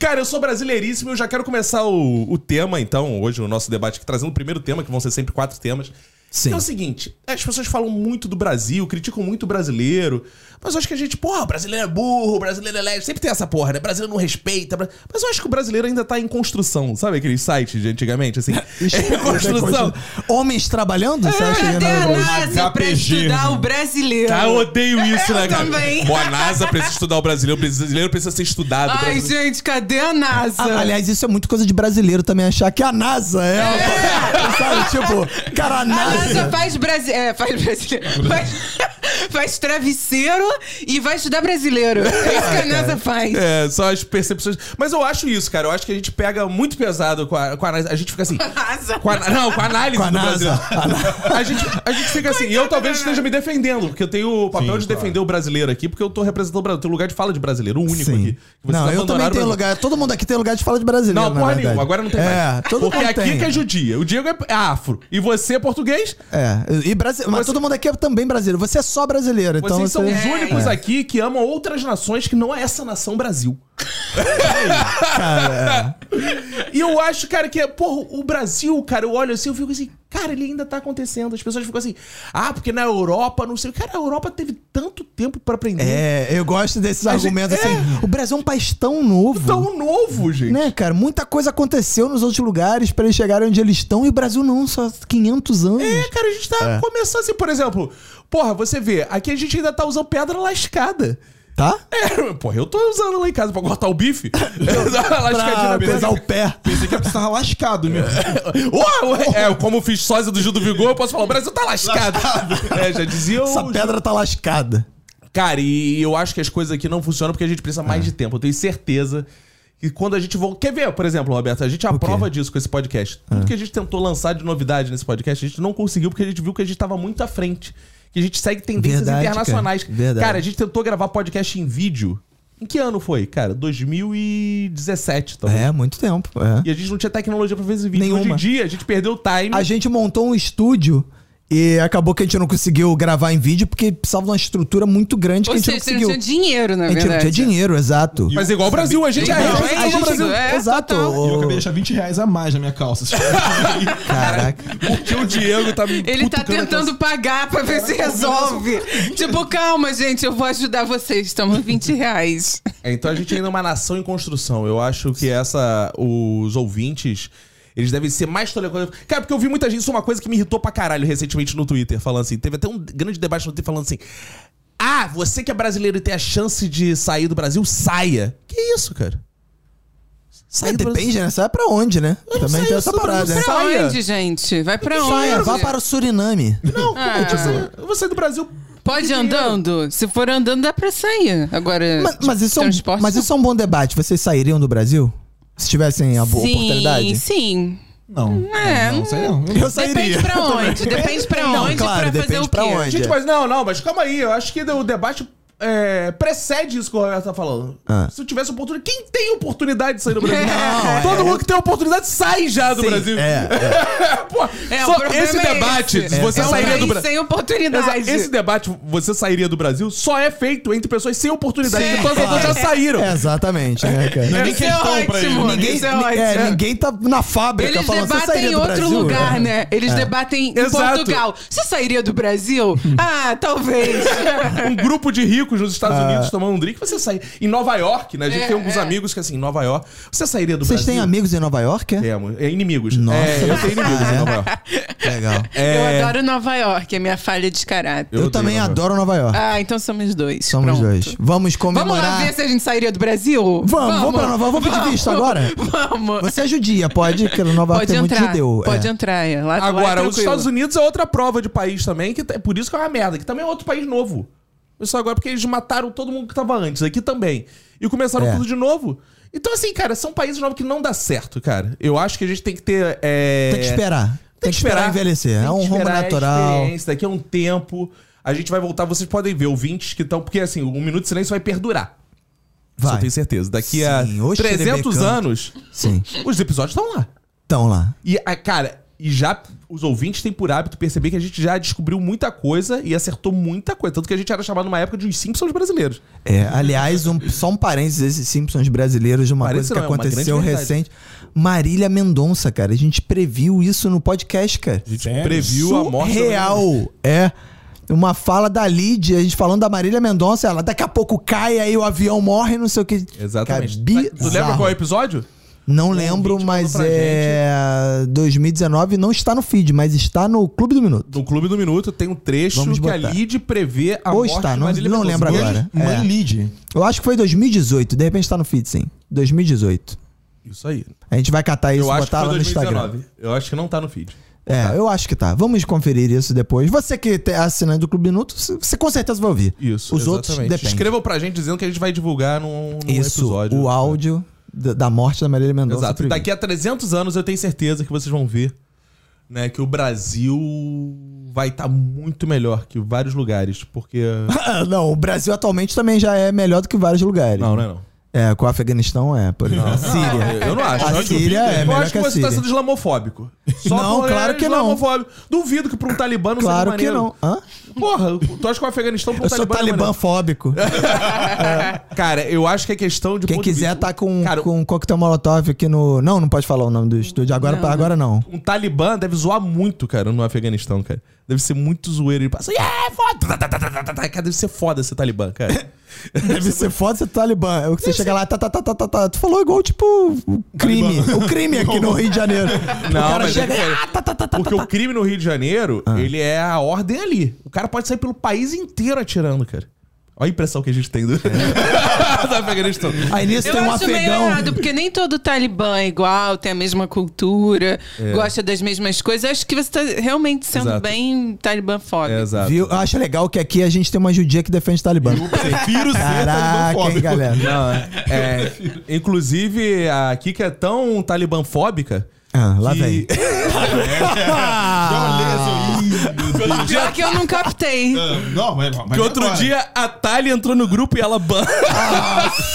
Cara, eu sou brasileiríssimo e eu já quero começar o, o tema, então, hoje, o nosso debate aqui, trazendo o primeiro tema, que vão ser sempre quatro temas. Sim. É o seguinte, as pessoas falam muito do Brasil, criticam muito o brasileiro, mas eu acho que a gente, porra, brasileiro é burro, brasileiro é leve, sempre tem essa porra, né? Brasileiro não respeita. bra- Mas eu acho que o brasileiro ainda tá em construção, sabe aqueles sites de antigamente, assim? em construção. Homens trabalhando? Você acha que é Cadê a nada- NASA pra HPG, estudar né? o brasileiro? Ah, eu odeio isso, né, Eu cara? também. Pô, a NASA precisa estudar o brasileiro, o brasileiro precisa ser estudado. o Ai, brasileiro- gente, cadê a NASA? Ah, aliás, isso é muito coisa de brasileiro também, achar que a NASA é. a- Sabe, tipo, cara, a a NASA NASA. faz brasileiro. É, faz brasileiro. Faz, faz travesseiro e vai estudar brasileiro. É isso que a NASA faz. É, só as percepções. Mas eu acho isso, cara. Eu acho que a gente pega muito pesado com a, com a análise. A gente fica assim. NASA. com a- não, com a análise Com a do brasileiro. NASA. A gente, a gente fica assim. E eu talvez esteja me defendendo, porque eu tenho o papel Sim, de claro. defender o brasileiro aqui, porque eu tô representando o Brasil. Tem lugar de fala de brasileiro, o único aqui. tá Sim. Vocês Não, eu também abandonaram tenho o Brasil. lugar. Todo mundo aqui tem lugar de fala de brasileiro. Não, na porra verdade. nenhuma. Agora não tem mais. É, todo Porque mundo aqui tem. que é judia. O Diego é afro. E você é português. É, e Brasi... mas todo mundo aqui é também brasileiro. Você é só brasileiro, então Vocês você... são os É, únicos é. aqui que amam outras nações que não é essa nação Brasil. E eu acho, cara, que é. Porra, o Brasil, cara, eu olho assim, eu fico assim, cara, ele ainda tá acontecendo. As pessoas ficam assim, ah, porque na Europa, não sei. Cara, a Europa teve tanto tempo pra aprender. É, eu gosto desses gente- argumentos assim. O Brasil é um país tão novo. Tão novo, gente. Né, cara? Muita coisa aconteceu nos outros lugares pra eles chegarem onde eles estão e o Brasil não, só 500 anos. É, cara, a gente tá começando assim, por exemplo. Porra, você vê, aqui a gente ainda tá usando pedra lascada. Tá? É, porra, eu tô usando lá em casa pra cortar o bife. Lascadinha Pra na pesar o pé. Pensei que eu precisava lascado mesmo. Uau, é, como eu fiz sósia do Gil do Vigor, eu posso falar, o Brasil tá lascado. É, já dizia Essa o pedra tá lascada. Cara, e eu acho que as coisas aqui não funcionam porque a gente precisa É. mais de tempo. Eu tenho certeza que quando a gente volta. Quer ver, por exemplo, Roberto, a gente é a quê? É. prova disso com esse podcast. Tudo que a gente tentou lançar de novidade nesse podcast, a gente não conseguiu porque a gente viu que a gente tava muito à frente. Que a gente segue tendências Verdade, cara. internacionais. Verdade. a gente tentou gravar podcast em vídeo. Em que ano foi, cara? 2017, talvez. É, muito tempo. é. E a gente não tinha tecnologia pra fazer esse vídeo. Nenhuma. Hoje em dia, a gente perdeu o time. A gente montou um estúdio E acabou que a gente não conseguiu gravar em vídeo porque precisava de uma estrutura muito grande Ou que a gente não seja, você não conseguiu. tinha dinheiro, na a gente não verdade. tinha dinheiro, exato. Mas igual o Brasil, a gente é Eu- rico, Eu- igual o Brasil. É, exato. total. E eu acabei de deixar 20 reais a mais na minha calça. Caraca. Porque o Diego tá me Ele tá cutucando tentando pagar pra ver se resolve. Tipo, calma, gente, eu vou ajudar vocês. Toma 20 reais. É, então a gente ainda é uma nação em construção. Eu acho que essa. Os ouvintes. Eles devem ser mais tolerantes. Cara, porque eu vi muita gente. Isso é uma coisa que me irritou pra caralho recentemente no Twitter, falando assim. Teve até um grande debate no Twitter falando assim. Ah, você que é brasileiro e tem a chance de sair do Brasil, saia. Que isso, cara? É, Sai do Brasil. depende, né? Sai pra onde, né? Também tem essa isso, parada. né? Brasil. Pra Saia. onde, gente? Vai pra Saia, onde? vá para o Suriname. Não, Ah. tipo, eu vou sair do Brasil. Pode ir andando? Se for andando, dá pra sair. Agora, Mas, mas isso é um, transporte... mas isso é um bom debate. Vocês sairiam do Brasil? Se tivessem a boa sim, oportunidade? Sim, Não. É, Não, sei não. Eu Depende pra onde. Depende pra Não, onde claro, pra fazer depende o quê? pra onde. é. Gente, mas não, não, mas calma aí. Eu acho que o debate é, precede isso que o Roberto tá falando. Ah. é. Se eu tivesse oportunidade. Quem tem oportunidade de sair do Brasil? Não, Todo mundo que tem oportunidade sai já do Sim, Brasil. É, Pô, É, só o problema esse é debate, esse. você É um sairia do país Brasil. sem oportunidade. Esse debate, você sairia do Brasil, só é feito entre pessoas sem oportunidade. Sim, porque todas as outras já saíram. é, exatamente, né, cara? Não é nem Isso é questão pra ele. ótimo. Ninguém, Isso é ni- ótimo. é, ninguém tá na fábrica Eles falando você debatem sairia em do outro Brasil. lugar, É. né? Eles debatem em Exato. Portugal. Você sairia do Brasil? ah, talvez. Um grupo de ricos nos É. Estados Unidos tomando um drink, você sai. Em Nova York, né? A gente É, tem alguns é. amigos que, assim, em Nova York, você sairia do Vocês Brasil. têm amigos em Nova York? É? Temos. É inimigos. Nossa. É, eu tenho inimigos Ah, em é? Nova York. Legal. É, Eu adoro Nova York, é minha falha de caráter. Eu, odeio também Nova York. adoro Nova York. Ah, então somos dois. Somos Pronto. dois. Vamos Vamos comemorar. lá ver se a gente sairia do Brasil? Vamos, vamos pra Nova York. Vamos pedir visto agora? Vamos. Você é judia, pode? Porque Nova York Pode tem muito entrar. judeu. Pode é. entrar. é. Lá, lá é Agora, tranquilo. os Estados Unidos é outra prova de país também, que é por isso que é uma merda, que também é outro país novo. Isso agora porque eles mataram todo mundo que tava antes, aqui também. E começaram É. tudo de novo. Então, assim, cara, são países novos que não dá certo, cara. Eu acho que a gente tem que ter. é, Tem que esperar. Tem que esperar envelhecer. Tem É que um rumo esperar a natural. experiência, Daqui a um tempo, a gente vai voltar. Vocês podem ver, ouvintes que estão. Porque, assim, um minuto de silêncio vai perdurar. Isso eu Vai. tenho certeza. Daqui a Sim, oxe, 300 Rebecanto. anos, Sim. os episódios estão lá. Então lá. E, ah, cara, e já os ouvintes têm por hábito perceber que a gente já descobriu muita coisa e acertou muita coisa. Tanto que a gente era chamado numa época de os Simpsons brasileiros. É, aliás, um- só um parênteses, esses Simpsons brasileiros, de uma Parênteses coisa que não, é uma aconteceu grande verdade. recente. Marília Mendonça, cara. A gente previu isso no podcast, cara. A gente Sério? previu a morte. da- Real. É. Uma fala da Lídia, a gente falando da Marília Mendonça, ela daqui a pouco cai, aí o avião morre, não sei o que. Exatamente. Cara, tu lembra bizarro. qual é o episódio? Não ouvinte lembro, mandou mas um pra é. 2019 não está no feed, mas está no Clube do Minuto. No Clube do Minuto tem um trecho Vamos que a botar. Lid prevê a Ou morte está, de não- Marília não Mendonça. lembro Hoje- agora. Mãe É. Lid. Eu acho que foi 2018, de repente está no feed, sim. 2018. Isso aí. A gente vai catar isso Eu e acho que botar foi lá no Instagram. 2019. Eu acho que não tá no feed. É, eu acho que tá. Vamos conferir isso depois. Você que é assinante do Clube Minuto, c- você com certeza vai ouvir. Isso. Os outros exatamente. depende. Escrevam pra gente dizendo que a gente vai divulgar num, num isso, um episódio. o áudio da, da morte da Marília Mendonça. Exato. primeiro. Daqui a 300 anos eu tenho certeza que vocês vão ver né, que o Brasil vai estar muito melhor que vários lugares, porque... Ah, não, o Brasil atualmente também já é melhor do que vários lugares. Não, não é não. É, com o Afeganistão é, por exemplo. Síria. Eu não acho. A eu acho que- Síria é Eu melhor acho que que a você tá Síria. sendo islamofóbico. Não, porque é claro que não. Islamofóbico. Duvido que pra um talibã não Claro que seja maneiro. não. Hã? Porra, tu acha que o Afeganistão pra um Eu sou talibã, não é talibã fóbico. maneiro? Cara, eu acho que é questão de... Quem ponto de quiser vista. tá com, Cara, com um coquetel molotov aqui no. Não, não pode falar o nome do estúdio. Agora não. Agora né? não. Um talibã deve zoar muito, cara, no Afeganistão, cara. Deve ser muito zoeiro. Ele passa, yeah, foda! tá, tá, tá, tá, tá, tá." Cara, deve ser foda ser talibã, cara. Deve ser foda ser talibã. É o que você chega lá, tá, tá, tá, tá, tá, tá. Tu falou igual, tipo, o crime. O crime aqui no Rio de Janeiro. Não, o cara mas chega é e, diferente. ah, tá, tá, tá, tá, Porque tá. Ah. o crime no Rio de Janeiro, ele é a ordem ali. O cara pode sair pelo país inteiro atirando, cara. Olha a impressão que a gente tem do, do Afeganistão. Aí nisso Eu tem um acho meio afegão. errado, porque nem todo talibã é igual, tem a mesma cultura, gosta das mesmas coisas. Acho que você tá realmente sendo É. Exato. bem talibã fóbico. É, Exato. Viu? Eu acho legal que aqui a gente tem uma judia que defende talibã. Prefiro ser Caraca, hein, talibã galera. Não, é- é, inclusive, a Kika é tão talibã-fóbica. Ah, lá que- vem. Ah. Já olhei assim, ih, meu Deus. Pior que eu não captei. Ah, Não, mas, mas Que outro agora. dia a Thalia entrou no grupo e ela ban.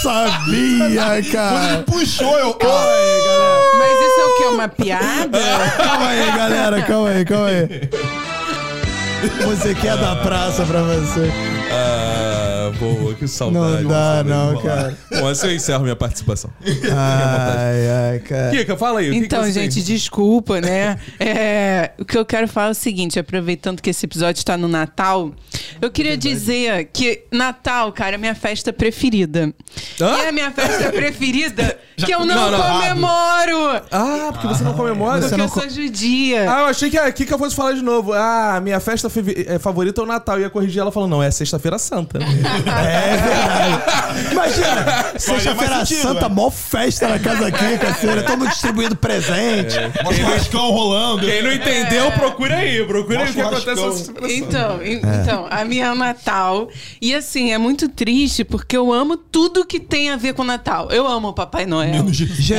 Sabia, Quando ele cara. puxou, eu. Mas isso é o quê? Uma piada? Calma aí, galera. Calma aí, calma aí. Musiquinha da praça pra você. Ah, boa, que saudade. Não dá, Vamos saber, não, vamos lá. cara. Bom, assim eu encerro minha participação. Ai, ai, cara. Kika, fala aí. o que que Então, você gente, tem? desculpa, né? É, o que eu quero falar é o seguinte, aproveitando que esse episódio está no Natal, eu queria É dizer que Natal, cara, é minha festa preferida. Hã? E é a minha festa preferida que eu Não, não, não. comemoro, Ah, porque você não comemora? porque eu sou judia. Ah, eu achei que a Kika fosse falar de novo. Ah, minha festa fav- eh, favorita é o Natal. E ia corrigir ela falando, não, é sexta-feira santa. É verdade. Imagina, sexta-feira mais sentido, sexta-feira santa, velho. mó festa na casa aqui, cacera. Todo mundo distribuindo presente. Mó churrascão rolando. Quem não entendeu, procura aí. Procura aí o que Mostra o acontece na rascão. sexta-feira santa. É. Então, en- então, a minha é Natal. E assim, é muito triste porque eu amo tudo que tem a ver com Natal. Eu amo o Papai Noel. Jesus,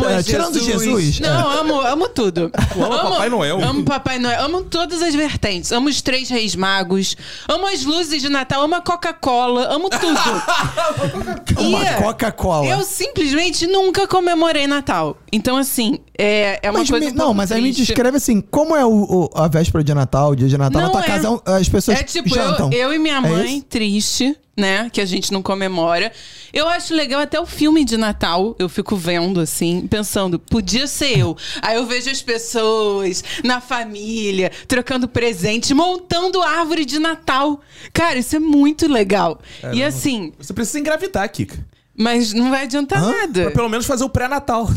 Eu amo é, tirando Jesus. É. Não, amo, amo tudo. Tu ama amo Papai Noel. Amo Papai Noel. Amo todas as vertentes. Amo os três reis magos. Amo as luzes de Natal. Amo a Coca-Cola. Amo tudo. Uma E Coca-Cola. Eu simplesmente nunca comemorei Natal. Então, assim, é, é uma Mas coisa. me- um não, pouco mas aí me triste. descreve assim, como é o, o- a véspera de Natal, o dia de Natal? Não Na tua é. casa é um- as pessoas É tipo, jantam. eu, eu e minha É mãe, isso? triste, né? Que a gente não comemora. Eu acho legal até o filme de Natal. Eu fico vendo, assim, pensando, podia ser eu. Aí eu vejo as pessoas na família, trocando presente, montando árvore de Natal. Cara, isso é muito legal. É, e assim, Você precisa engravidar, Kika. mas não vai adiantar nada. Pra pelo menos fazer o pré-natal.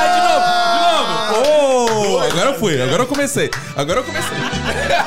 Ah, de novo, de novo. Oh, agora eu fui, agora eu comecei. Agora eu comecei. Tá.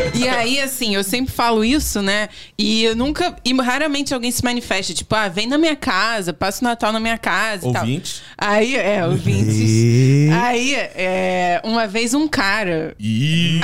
E aí, assim, eu sempre falo isso, né? E eu nunca. E raramente alguém se manifesta, tipo, ah, vem na minha casa, passa o Natal na minha casa e tal. Ouvintes. Aí, é, E- ouvintes. aí, é, uma vez um cara. Ih,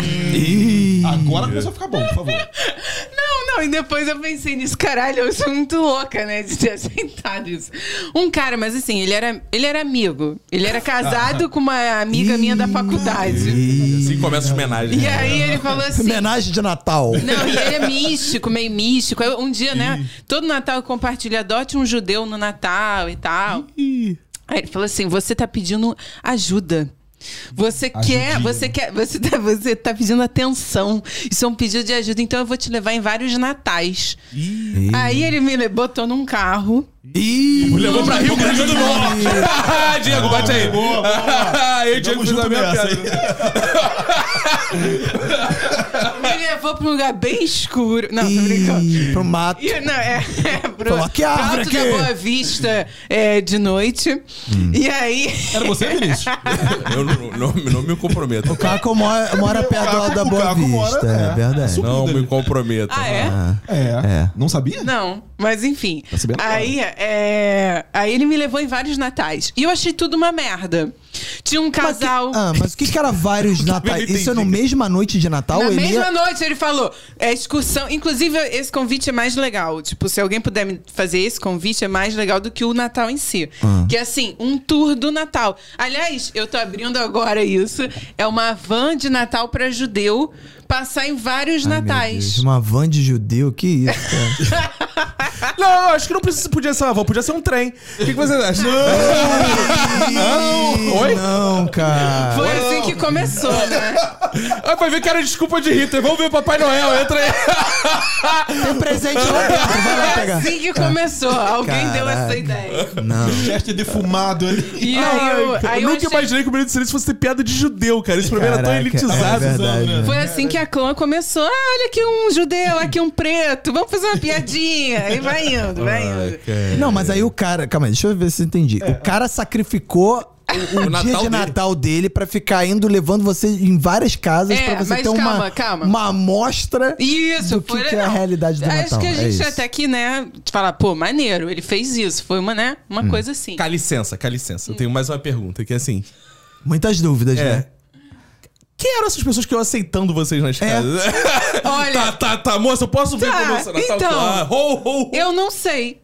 Agora começou a ficar bom, por favor. Não, não, e depois eu pensei nisso, caralho, eu sou muito louca, né, de ter aceitado isso. Um cara, mas assim, ele era, ele era amigo. Ele era casado com uma amiga minha da faculdade. Assim começa as homenagens. E aí ele falou assim. homenagem de Natal. Não, e ele é místico, meio místico. Aí Um dia, né? Todo Natal eu compartilho, adote um judeu no Natal e tal. Aí ele falou assim: você tá pedindo ajuda. Você quer, Ajudinha, você quer, você tá, você tá pedindo atenção. Isso é um pedido de ajuda, então eu vou te levar em vários natais. Aí ele me le- botou num carro. Ih, Me Levou pra Rio Grande do Norte. Diego, bate aí. Boa, boa. Aí, Diego, Tamo fiz a junto minha nessa, piada. Me levou pra um lugar bem escuro. Não, tô brincando. ih, pro mato. E, não, é, é pro, Falou, "Que árvore Hum. Alto da aqui?" Boa Vista é, de noite. E aí. Era você, Vinícius? Eu não, não- não me comprometo. Caco mora, mora perto lá Caco- da o Boa Caco Vista. mora- é é. verdade. Não me comprometo. Ah, é? É. Não sabia? Não, mas enfim. Tá sabendo Aí, é, aí ele me levou em vários natais. E eu achei tudo uma merda. Tinha um casal. Ah, mas o que que era vários natais? Isso é no mesma noite de Natal? Na ele mesma ia- noite ele falou, é excursão. Inclusive, esse convite é mais legal. Tipo, se alguém puder me fazer esse convite, é mais legal do que o Natal em si. Ah. Que é assim, um tour do Natal. Aliás, eu tô abrindo agora isso. É uma van de Natal pra judeu passar em vários Ai, meu Deus, natais. uma van de judeu, que isso, cara. Não, acho que não precisa, podia ser uma van, podia ser um trem. O que, que vocês acham? Não, Oi? Não, cara. Foi assim que começou, né? Ah, vai ver que era desculpa de Hitler. Vamos ver o Papai Noel, entra aí. Tem presente lá dentro, vai lá É pegar. assim que começou. Alguém deu essa Caraca. ideia. Não. Chester defumado ali. E aí eu, Ai, cara, aí eu nunca achei- imaginei que o Minuto de Silêncio fosse ter piada de judeu, cara. Esse programa era tão Caraca, elitizado. É verdade, né? né? Foi assim que a clã começou. Ah, olha aqui um judeu, aqui um preto. Vamos fazer uma piadinha. E vai indo, vai indo. Não, mas aí o cara. Calma aí, deixa eu ver se eu entendi. É. O cara sacrificou o, o dia Natal dele. de Natal dele pra ficar indo levando você em várias casas É, pra você mas ter uma, calma, calma. uma amostra. Isso, do que foi que é a legal. realidade do Acho Natal, que a é gente isso. até aqui, né, fala, pô, maneiro, ele fez isso. Foi uma, né, uma Hum. coisa assim. Cá licença, cá licença. Eu tenho mais uma pergunta, que é assim... Muitas dúvidas, É. né? Quem eram essas pessoas que eu aceitando vocês nas É. casas? Olha. Tá, tá, tá, moça, eu posso ver Tá, como o seu Natal então. tá? Ho, ho, ho. Eu não sei.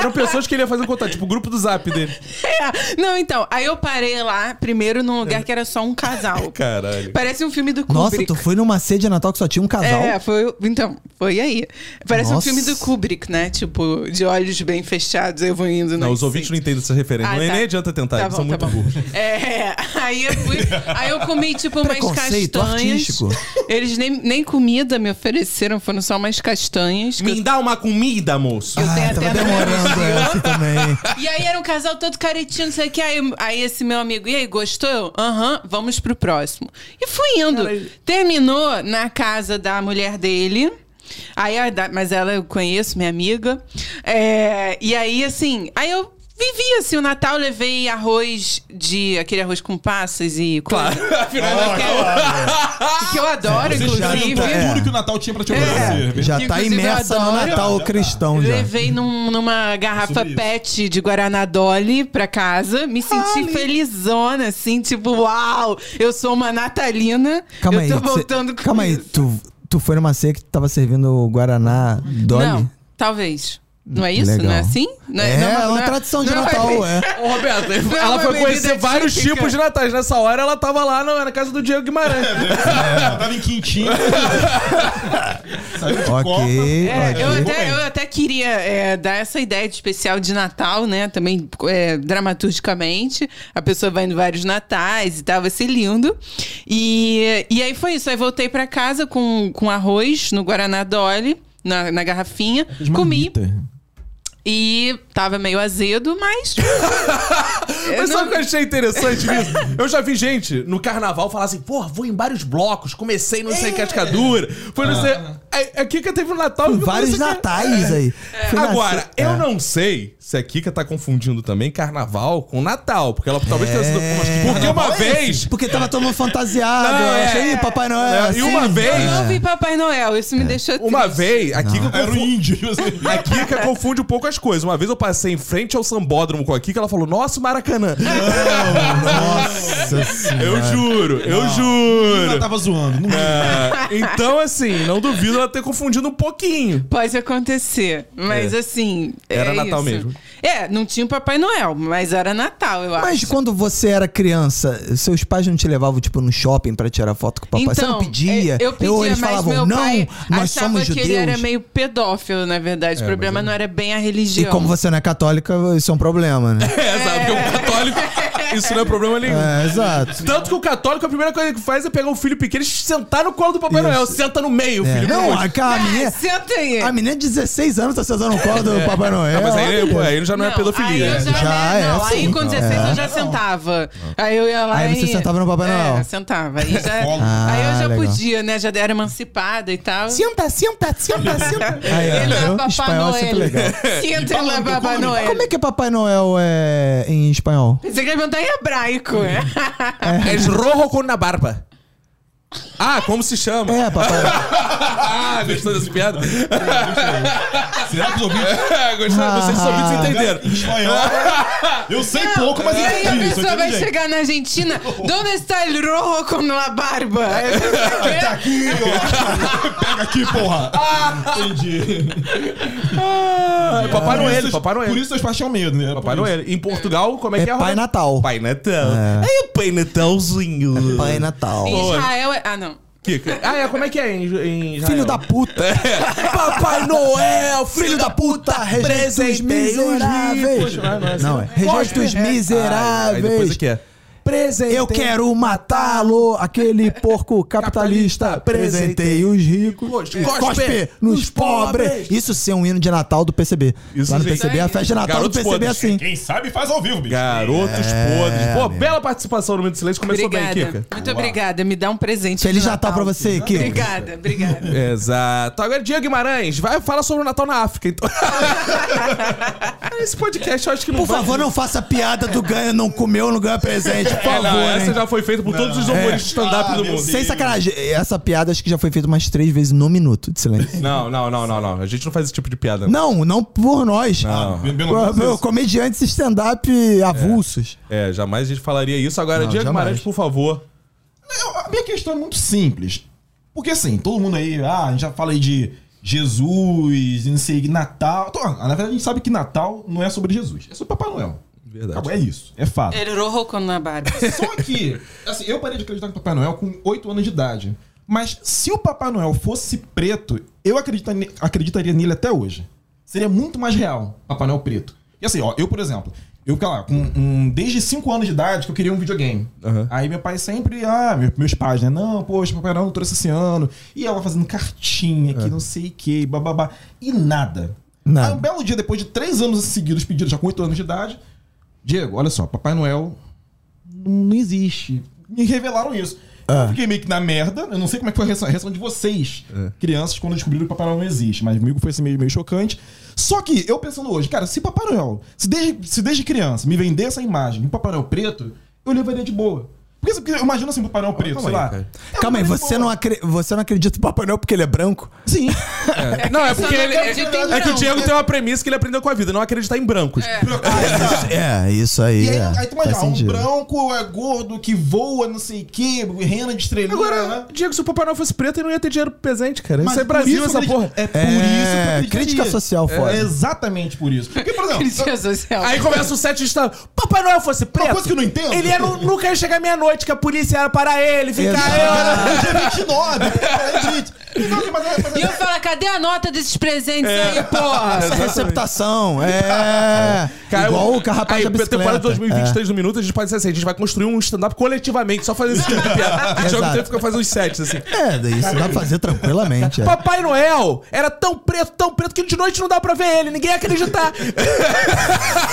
Eram pessoas que ele ia fazer contato, tipo o grupo do zap dele. É. Não, então, aí eu parei lá, primeiro num É. lugar que era só um casal. Caralho. Parece um filme do Nossa, Kubrick. tu foi numa ceia de Natal que só tinha um casal. É, foi. Então, foi aí. Parece um Nossa. filme do Kubrick, né? Tipo, de olhos bem fechados, eu vou indo. Não, né? os ouvintes Sim. não entendem essa referência. Ah, não é tá. nem adianta tentar, Tá eles bom, são muito tá bom. burros. É, aí eu fui. Aí eu comi, tipo, umas Preconceito castanhas. artístico. Eles nem, nem comida me ofereceram, foram só umas castanhas. que eu- Me dá uma comida, moço. Eu tenho Ah, até tava no meu demorando essa também. E aí era um casal todo caretinho, não sei o que. Aí, aí esse meu amigo, e aí, gostou? Eu, Aham, vamos pro próximo. E fui indo. Caralho. Terminou na casa da mulher dele. Aí, a da- mas ela eu conheço, minha amiga. É, e aí, assim, aí eu vivi assim o Natal, levei arroz de. aquele arroz com passas e coisa. Afinal, Que eu- que eu adoro, Você já tá inclusive. é. jantou tudo que o Natal tinha pra É. te oferecer. Já tá Inclusive, eu imersa no adoro. Natal cristão já. Levei num- numa garrafa Sobre isso. pet de Guaraná Dolly pra casa. Me senti felizona, assim, tipo, uau, eu sou uma natalina. Calma eu aí. tô cê- voltando com calma aí, isso. tu, tu foi numa ceia que tava servindo o Guaraná Dolly? Não, talvez. Não é isso? Não é Legal. assim? Não É, não é não uma tradição de não Natal, é. Ô, Roberto, Não, ela uma foi bebida conhecer vários típica. tipos de natais. Nessa hora, ela tava lá na, na casa do Diego Guimarães. Eu tava em quintinho. Saiu de Ok, Copa. É, Eu ok. até, eu até queria é, dar essa ideia de especial de Natal, né? Também é, dramaturgicamente. A pessoa vai em vários natais e tal, vai ser lindo. E, e aí foi isso. Aí voltei pra casa com, com arroz no Guaraná Dolly, na, na garrafinha. É Comi e tava meio azedo, mas. Eu Mas sabe não- o que eu achei interessante nisso? Eu já vi gente no carnaval falar assim, porra, vou em vários blocos, comecei não É. sei cascadura, foi Ah. não sei... Aí, A Kika teve um Natal... que eu Vários pensei que- natais aí. Foi na Agora, ceia- eu É. não sei se a Kika tá confundindo também carnaval com Natal, porque ela talvez tenha sido... É. Porque uma vez... Porque tava todo mundo fantasiado. Não, eu é. achei, "Ih, Papai Noel. É, e uma assim, vez- Eu não vi Papai Noel, isso me deixou Uma triste. vez, a Kika, Era um confu- índio. a Kika confunde um pouco as coisas. Uma vez eu passei em frente ao sambódromo com a Kika, ela falou, nossa, o Maracanã. Nossa senhora. Eu juro, eu Ela juro. tava zoando. Não é. É, então, assim, não duvido ela ter confundido um pouquinho. Pode acontecer, mas assim. Era é Natal isso. mesmo. É, não tinha o Papai Noel, mas era Natal, eu acho. Mas quando você era criança, seus pais não te levavam, tipo, no shopping pra tirar foto com o papai? você não pedia? Então, é, Eu pedia, Ou eles mas falavam, meu não, pai nós achava somos que judeus. É, ele era meio pedófilo, na verdade. o problema não era bem a E religião. como você não é católica, isso é um problema, né? É, sabe? Porque o católico, isso não é problema nenhum. é, exato. Tanto que o católico, a primeira coisa que faz é pegar um filho pequeno e sentar no colo do Papai Noel. Senta no meio, É. filho. Não, a, a Ah, menina... senta aí. A menina de 16 anos tá sentando no colo do Papai Noel. Ah, mas aí, olha. pô, aí já não, é pedofilia. Aí eu já, Já né, é, não, aí sim. com 16 eu É. já sentava. Aí eu ia lá Aí você e- sentava no Papai é, Noel. sentava. Aí, já- Ah, aí eu já legal. podia, né? Já era emancipada e tal. Senta, senta, senta, senta. Aí, Ele é ó, Papai espanhol é sempre Noel. legal. Senta lá, Papai Noel. Como é que é Papai Noel é, em espanhol? Você quer perguntar em hebraico, é? É rojo com na barba. Ah, como se chama? É, Papai Noel. Ah, gostou dessa piada? É, Será que os ouvintes... gostou? Não sei se os Ah. ouvintes entenderam. Em espanhol, Eu sei pouco, mas E aí a entendi. só pessoa vai entendi. chegar na Argentina, Dona está el rojo con la barba? Aí você vai Tá ver, aqui, ó. Pega aqui, porra. Entendi. Ah, é Papai Por Noel, isso- Papai Noel. Por isso seus pais tinham medo, né? Papai Por isso. Noel. Em Portugal, como é, É que é? Pai Roberto? Natal. Pai Natal. É. É. o Pai Natalzinho. Pai Natal. Em Israel é... Ah, não. Kika. Ah, é, como é que é em, em Israel? Filho da puta. É. Papai Noel, filho da puta, Rejeita os miseráveis. Não, é. Rejeita os é. Aí depois miseráveis. o que é? Eu quero matá-lo, aquele porco capitalista. Presentei os ricos. Cospe Cospe nos pobres. Isso ser um hino de Natal do PCB. Isso, Lá no gente. PCB, a festa de Natal Garotos do PCB é podres. assim. Quem sabe faz ao vivo, bicho. Garotos É, podres. Pô, bela participação no Minuto de Silêncio. Começou Obrigada. bem, Kika. Muito obrigada. Me dá um presente Feliz de Natal tá pra você, Kiko. Obrigada, obrigada. Exato. Agora, Diego Guimarães, vai falar sobre o Natal na África. Então... Esse podcast eu acho que não Por vai- favor, não faça piada do ganha, não comeu, não ganha presente. Por É, não, favor, essa hein? já foi feita por todos os humoristas de stand-up Ah, do meu mundo. Deus. É. Sem sacanagem, essa piada acho que já foi feita umas três vezes no minuto de silêncio. Não, não, não, não, não. A gente não faz esse tipo de piada. Não, não por nós. Não. Bem- bem Co- lembrado disso. Comediantes stand-up avulsos. É, jamais a gente falaria isso. Agora, Não, Diego jamais. Guimarães, por favor. Eu- A minha questão é muito simples. Porque assim, todo mundo aí, ah, a gente já fala aí de Jesus, não sei, Natal. Então, na verdade, a gente sabe que Natal não é sobre Jesus, é sobre Papai Noel. Verdade. Acabou, é isso, é fato. Erurou rocando na barba. Só que, assim, eu parei de acreditar no Papai Noel com 8 anos de idade. Mas se o Papai Noel fosse preto, eu acredita- acreditaria nele até hoje. Seria muito mais real, Papai Noel preto. E assim, ó, eu, por exemplo, eu, cara, lá, com, um, desde 5 anos de idade que eu queria um videogame. Aham. Aí meu pai sempre, ah, meu- meus pais, né? Não, poxa, Papai Noel não trouxe esse ano. E ela fazendo cartinha, que não sei o que, bababá. E nada. É. Nada. Aí um belo dia, depois de 3 anos seguidos pedidos, já com 8 anos de idade, Diego, olha só, Papai Noel não existe. Me revelaram isso. Ah. Eu fiquei meio que na merda. Eu não sei como é que foi a reação, a reação de vocês, É. crianças, quando descobriram que Papai Noel não existe. Mas comigo foi assim meio, meio chocante. Só que eu pensando hoje, cara, se Papai Noel, se desde, se desde criança me vender essa imagem de um Papai Noel preto, eu levaria de boa. Porque, assim, porque eu imagino assim, um Papai Noel preto, calma sei aí, lá. É um cara. Eu Calma aí, levaria de você boa. não, acre- você não acredita no Papai Noel porque ele é branco? Sim. Não, é Só porque não ele, é, acredita em é que o branco. Diego tem uma premissa que ele aprendeu com a vida, não acreditar em brancos. É, isso aí. E aí, é, aí tu imagina, faz ah, um sentido. branco é gordo que voa, não sei o quê, rena de estrelinha. né? Agora, É. Diego, se o Papai Noel fosse preto, ele não ia ter dinheiro pro presente, cara. Isso Mas é por Brasil, isso essa que eu porra. acredito- É por É, isso que eu acredito crítica que- social é, foda. exatamente por isso. Porque, por exemplo, Crítica social. Aí começa o set de stand. Papai Noel fosse preto. coisa que eu não entendo. Ele era, um- nunca ia chegar meia-noite, que a polícia ia parar ele, ficar. Exato. "Ah, eu- dia 29, é, gente. Então, assim, mas é- mas E é- eu falo, cadê a nota desses presentes aí, porra? Essa é receptação, é. Cara, um- Igual eu- o Carrapato aí, da bicicleta. É. temporada de 2023 do Minuto, a gente pode ser assim, a gente vai construir um stand-up coletivamente, só fazer esse tipo de piada. O Diogo Exato. tem que ficar fazendo uns sets, assim. É, é, isso dá pra fazer tranquilamente. é. Papai Noel era tão preto, tão preto, que de noite não dá pra ver ele, ninguém ia acreditar.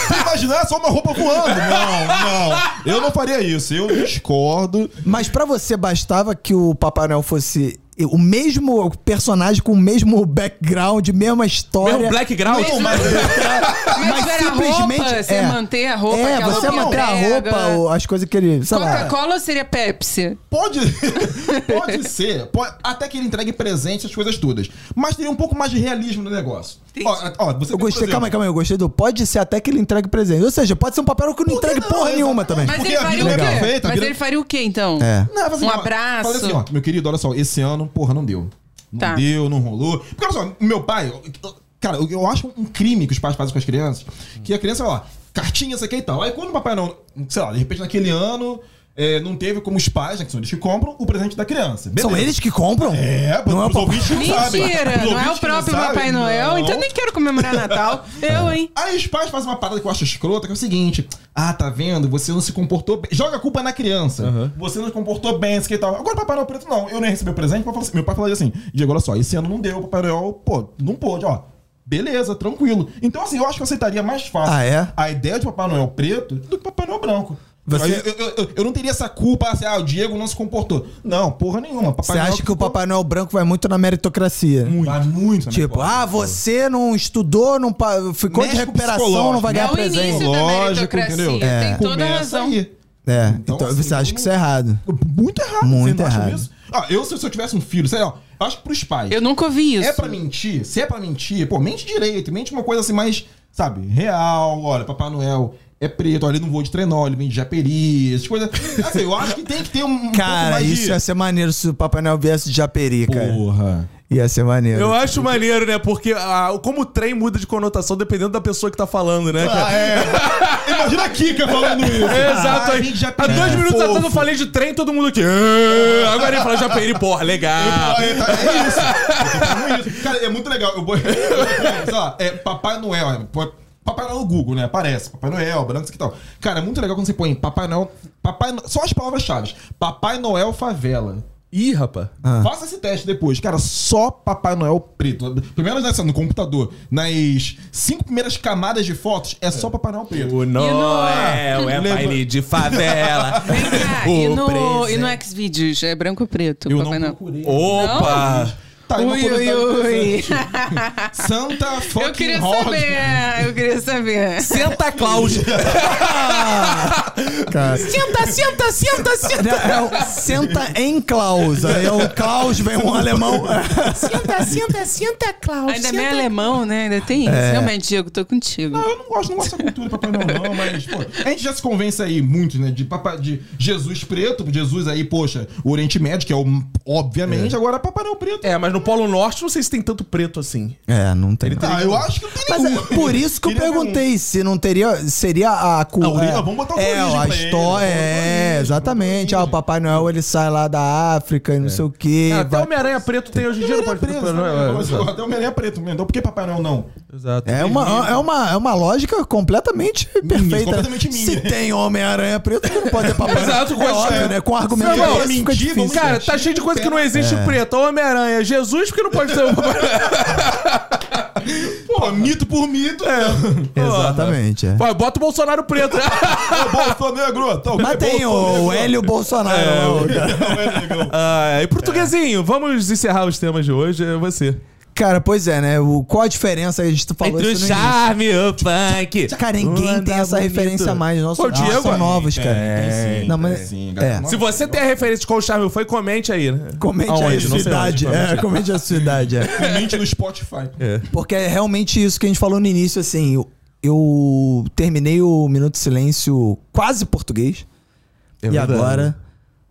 Você imaginar é só uma roupa voando. Não, não. Eu não faria isso. Eu discordo. Mas pra você bastava que o Papai Noel fosse o mesmo personagem com o mesmo background, mesma história. Mesmo background. Mesmo- mas é era simplesmente roupa, você é. manter a roupa, É, aquela você roupa manter a brega. roupa, ou as coisas que ele. Sei é lá. Coca-Cola ou seria Pepsi? Pode, pode ser. Pode, até que ele entregue presente, as coisas todas. Mas teria um pouco mais de realismo no negócio. Ó, ó, Eu você tem, por gostei, exemplo, calma aí, calma aí, eu gostei do. Pode ser até que ele entregue presente. Ou seja, pode ser um papel que não que entregue não? porra nenhuma Exatamente. também. Mas Porque ele a faria o vida quê? é perfeita, a Mas vida- ele faria o quê, então? É. Não, mas assim, Um ó, abraço. Falei assim, ó, meu querido, olha só, esse ano, porra, não deu. Não Tá. deu, não rolou. Porque olha só, meu pai, cara, eu, eu acho um crime que os pais fazem com as crianças, que a criança, ó, cartinha, isso aqui e tal. Aí quando o papai não, sei lá, de repente naquele ano, é, não teve como os pais, né, que são eles que compram, o presente da criança. São Beleza. eles que compram? É, não é o pros papai. ouvintes que não sabem. Mentira, Pros não é ouvintes o que próprio não sabem, Papai Noel, não. então nem quero comemorar Natal. Eu, hein? Aí os pais fazem uma parada que eu acho escrota, que é o seguinte: Ah, tá vendo? Você não se comportou bem. Joga a culpa na criança. Você não se comportou bem, isso que e tal. Agora, Papai Noel Preto, não. Eu nem recebi o presente. Meu pai falou assim- meu pai falou assim: Diego, olha só, esse ano não deu, Papai Noel, pô, não pôde, ó. Beleza, tranquilo. Então, assim, eu acho que eu aceitaria mais fácil Ah, é? a ideia de Papai Noel preto do que Papai Noel branco. Você- Aí Eu, eu- eu- eu não teria essa culpa, assim, ah, o Diego não se comportou. Não, porra nenhuma. Papai Você acha que o Papai Noel branco vai muito na meritocracia? Muito. Vai muito, né, Tipo, porra? ah, você não estudou, não pa- ficou Mexe de com o recuperação, psicológico, não vai né? É ganhar o presente. início da Lógico, meritocracia. entendeu? Tem toda a Começa razão. aí. É, então, Então, assim, você acha que não- isso é errado. Muito errado. Muito você não acha errado. isso? Ah, eu, se, se eu tivesse um filho, sei lá, eu acho que pros pais. Eu nunca ouvi isso. É pra mentir? Se é pra mentir, pô, mente direito. Mente uma coisa assim mais, sabe, real. Olha, Papai Noel é preto, olha, ele não voa de trenó, ele vem de japeri, essas coisas. Assim, eu acho que tem que ter um. um pouco Cara, mais isso é de... ia ser maneiro se o Papai Noel viesse de Japeri, cara. Porra. Ia ser maneiro. Eu acho maneiro, né? Porque ah, como o trem muda de conotação dependendo da pessoa que tá falando, né, cara? Ah, é. Imagina a Kika falando isso. Exato. Ah, aí. vem de Há japeri, dois é minutos tá fofo. atrás eu falei de trem, todo mundo aqui. "Ah", Agora ele fala Japeri, porra, legal. Ah, É, tá- é isso. Eu tô falando isso. Cara, é muito legal. Eu vou. Sei lá, é Papai Noel. é, pô, Papai Noel no Google, né? Aparece. Papai Noel, branco, isso aqui e tal. Cara, é muito legal quando você põe Papai Noel. Papai No- Só as palavras-chave. Papai Noel favela. Ih, rapaz. Ah. Faça esse teste depois, cara. Só Papai Noel preto. Primeiro nessa, no computador, nas cinco primeiras camadas de fotos, é só Papai Noel preto. O Noel é Lembra- baile de favela. Vem cá, Ah, e no, e no Xvideos? É branco ou preto? Eu Papai não Noel? procurei. Opa! Tá, e uma Ui, ui, curiosidade ui. interessante. Santa Eu fucking queria Hogwarts. saber, é, eu queria saber. Senta Claus. Cara. senta, senta, senta, senta. É, é o- senta em Klaus. Aí é o Klaus, vem um alemão. Senta, senta, senta, Klaus. Ainda bem alemão, né? Ainda tem isso. É. Realmente, Diego, tô contigo. Não, eu não gosto, não gosto dessa cultura do Papai Noel, não, mas, pô, a gente já se convence aí muito, né? De, papai, de Jesus preto, Jesus aí, poxa, o Oriente Médio, que é o, obviamente, agora Papai Noel preto. É, mas no Polo Norte, não sei se tem tanto preto assim. É, não tem. Ele não. tá- Ah, eu acho que não tem Mas é nenhum. por isso que eu Queria ver um. perguntei se não teria. Seria a A culpa. origem- vamos botar uma é, origem a pra ele, história. vamos botar uma É, origem, exatamente. Ah, o Papai Noel ele sai lá da África e não sei o quê. É, até vai- Homem-Aranha preto tem hoje em dia, não pode Preso, Não, é, né? exato, Até o Homem-Aranha é preto, mesmo. Então por que Papai Noel não? Exato. É uma, é, uma, é uma lógica completamente perfeita. completamente minha. Se tem Homem-Aranha preto, não pode ter papai. Exato, é óbvio, é. né? Com argumento Não, não, desse fica mentir, difícil. vamos- Cara, tá cheio de coisa que não existe preto. Homem-Aranha, Jesus, porque não pode ser o Pô, mito por mito, é. Exatamente. É. Vai, bota o Bolsonaro preto. Ô, Bolsa Negro! Tá, Mas tem o Hélio Bolsonaro. lá, o cara. Ah, e portuguesinho, vamos encerrar os temas de hoje. É você. Cara, pois é, né? O, qual a diferença? A gente falou Entre o isso no início. charme e o funk. Cara, ninguém tem essa referência mais. Nossa, Pô, o Diego- são novos, cara. É, Não, mas- é. Se você tem a referência de qual charme e o funk, comente aí, né? Comente Aonde? a Não sua sei idade. onde, É, comente a sua idade. É. Comente no Spotify. Porque é realmente isso que a gente falou no início, assim. Eu, eu terminei o Minuto de Silêncio quase português. É e verdade. agora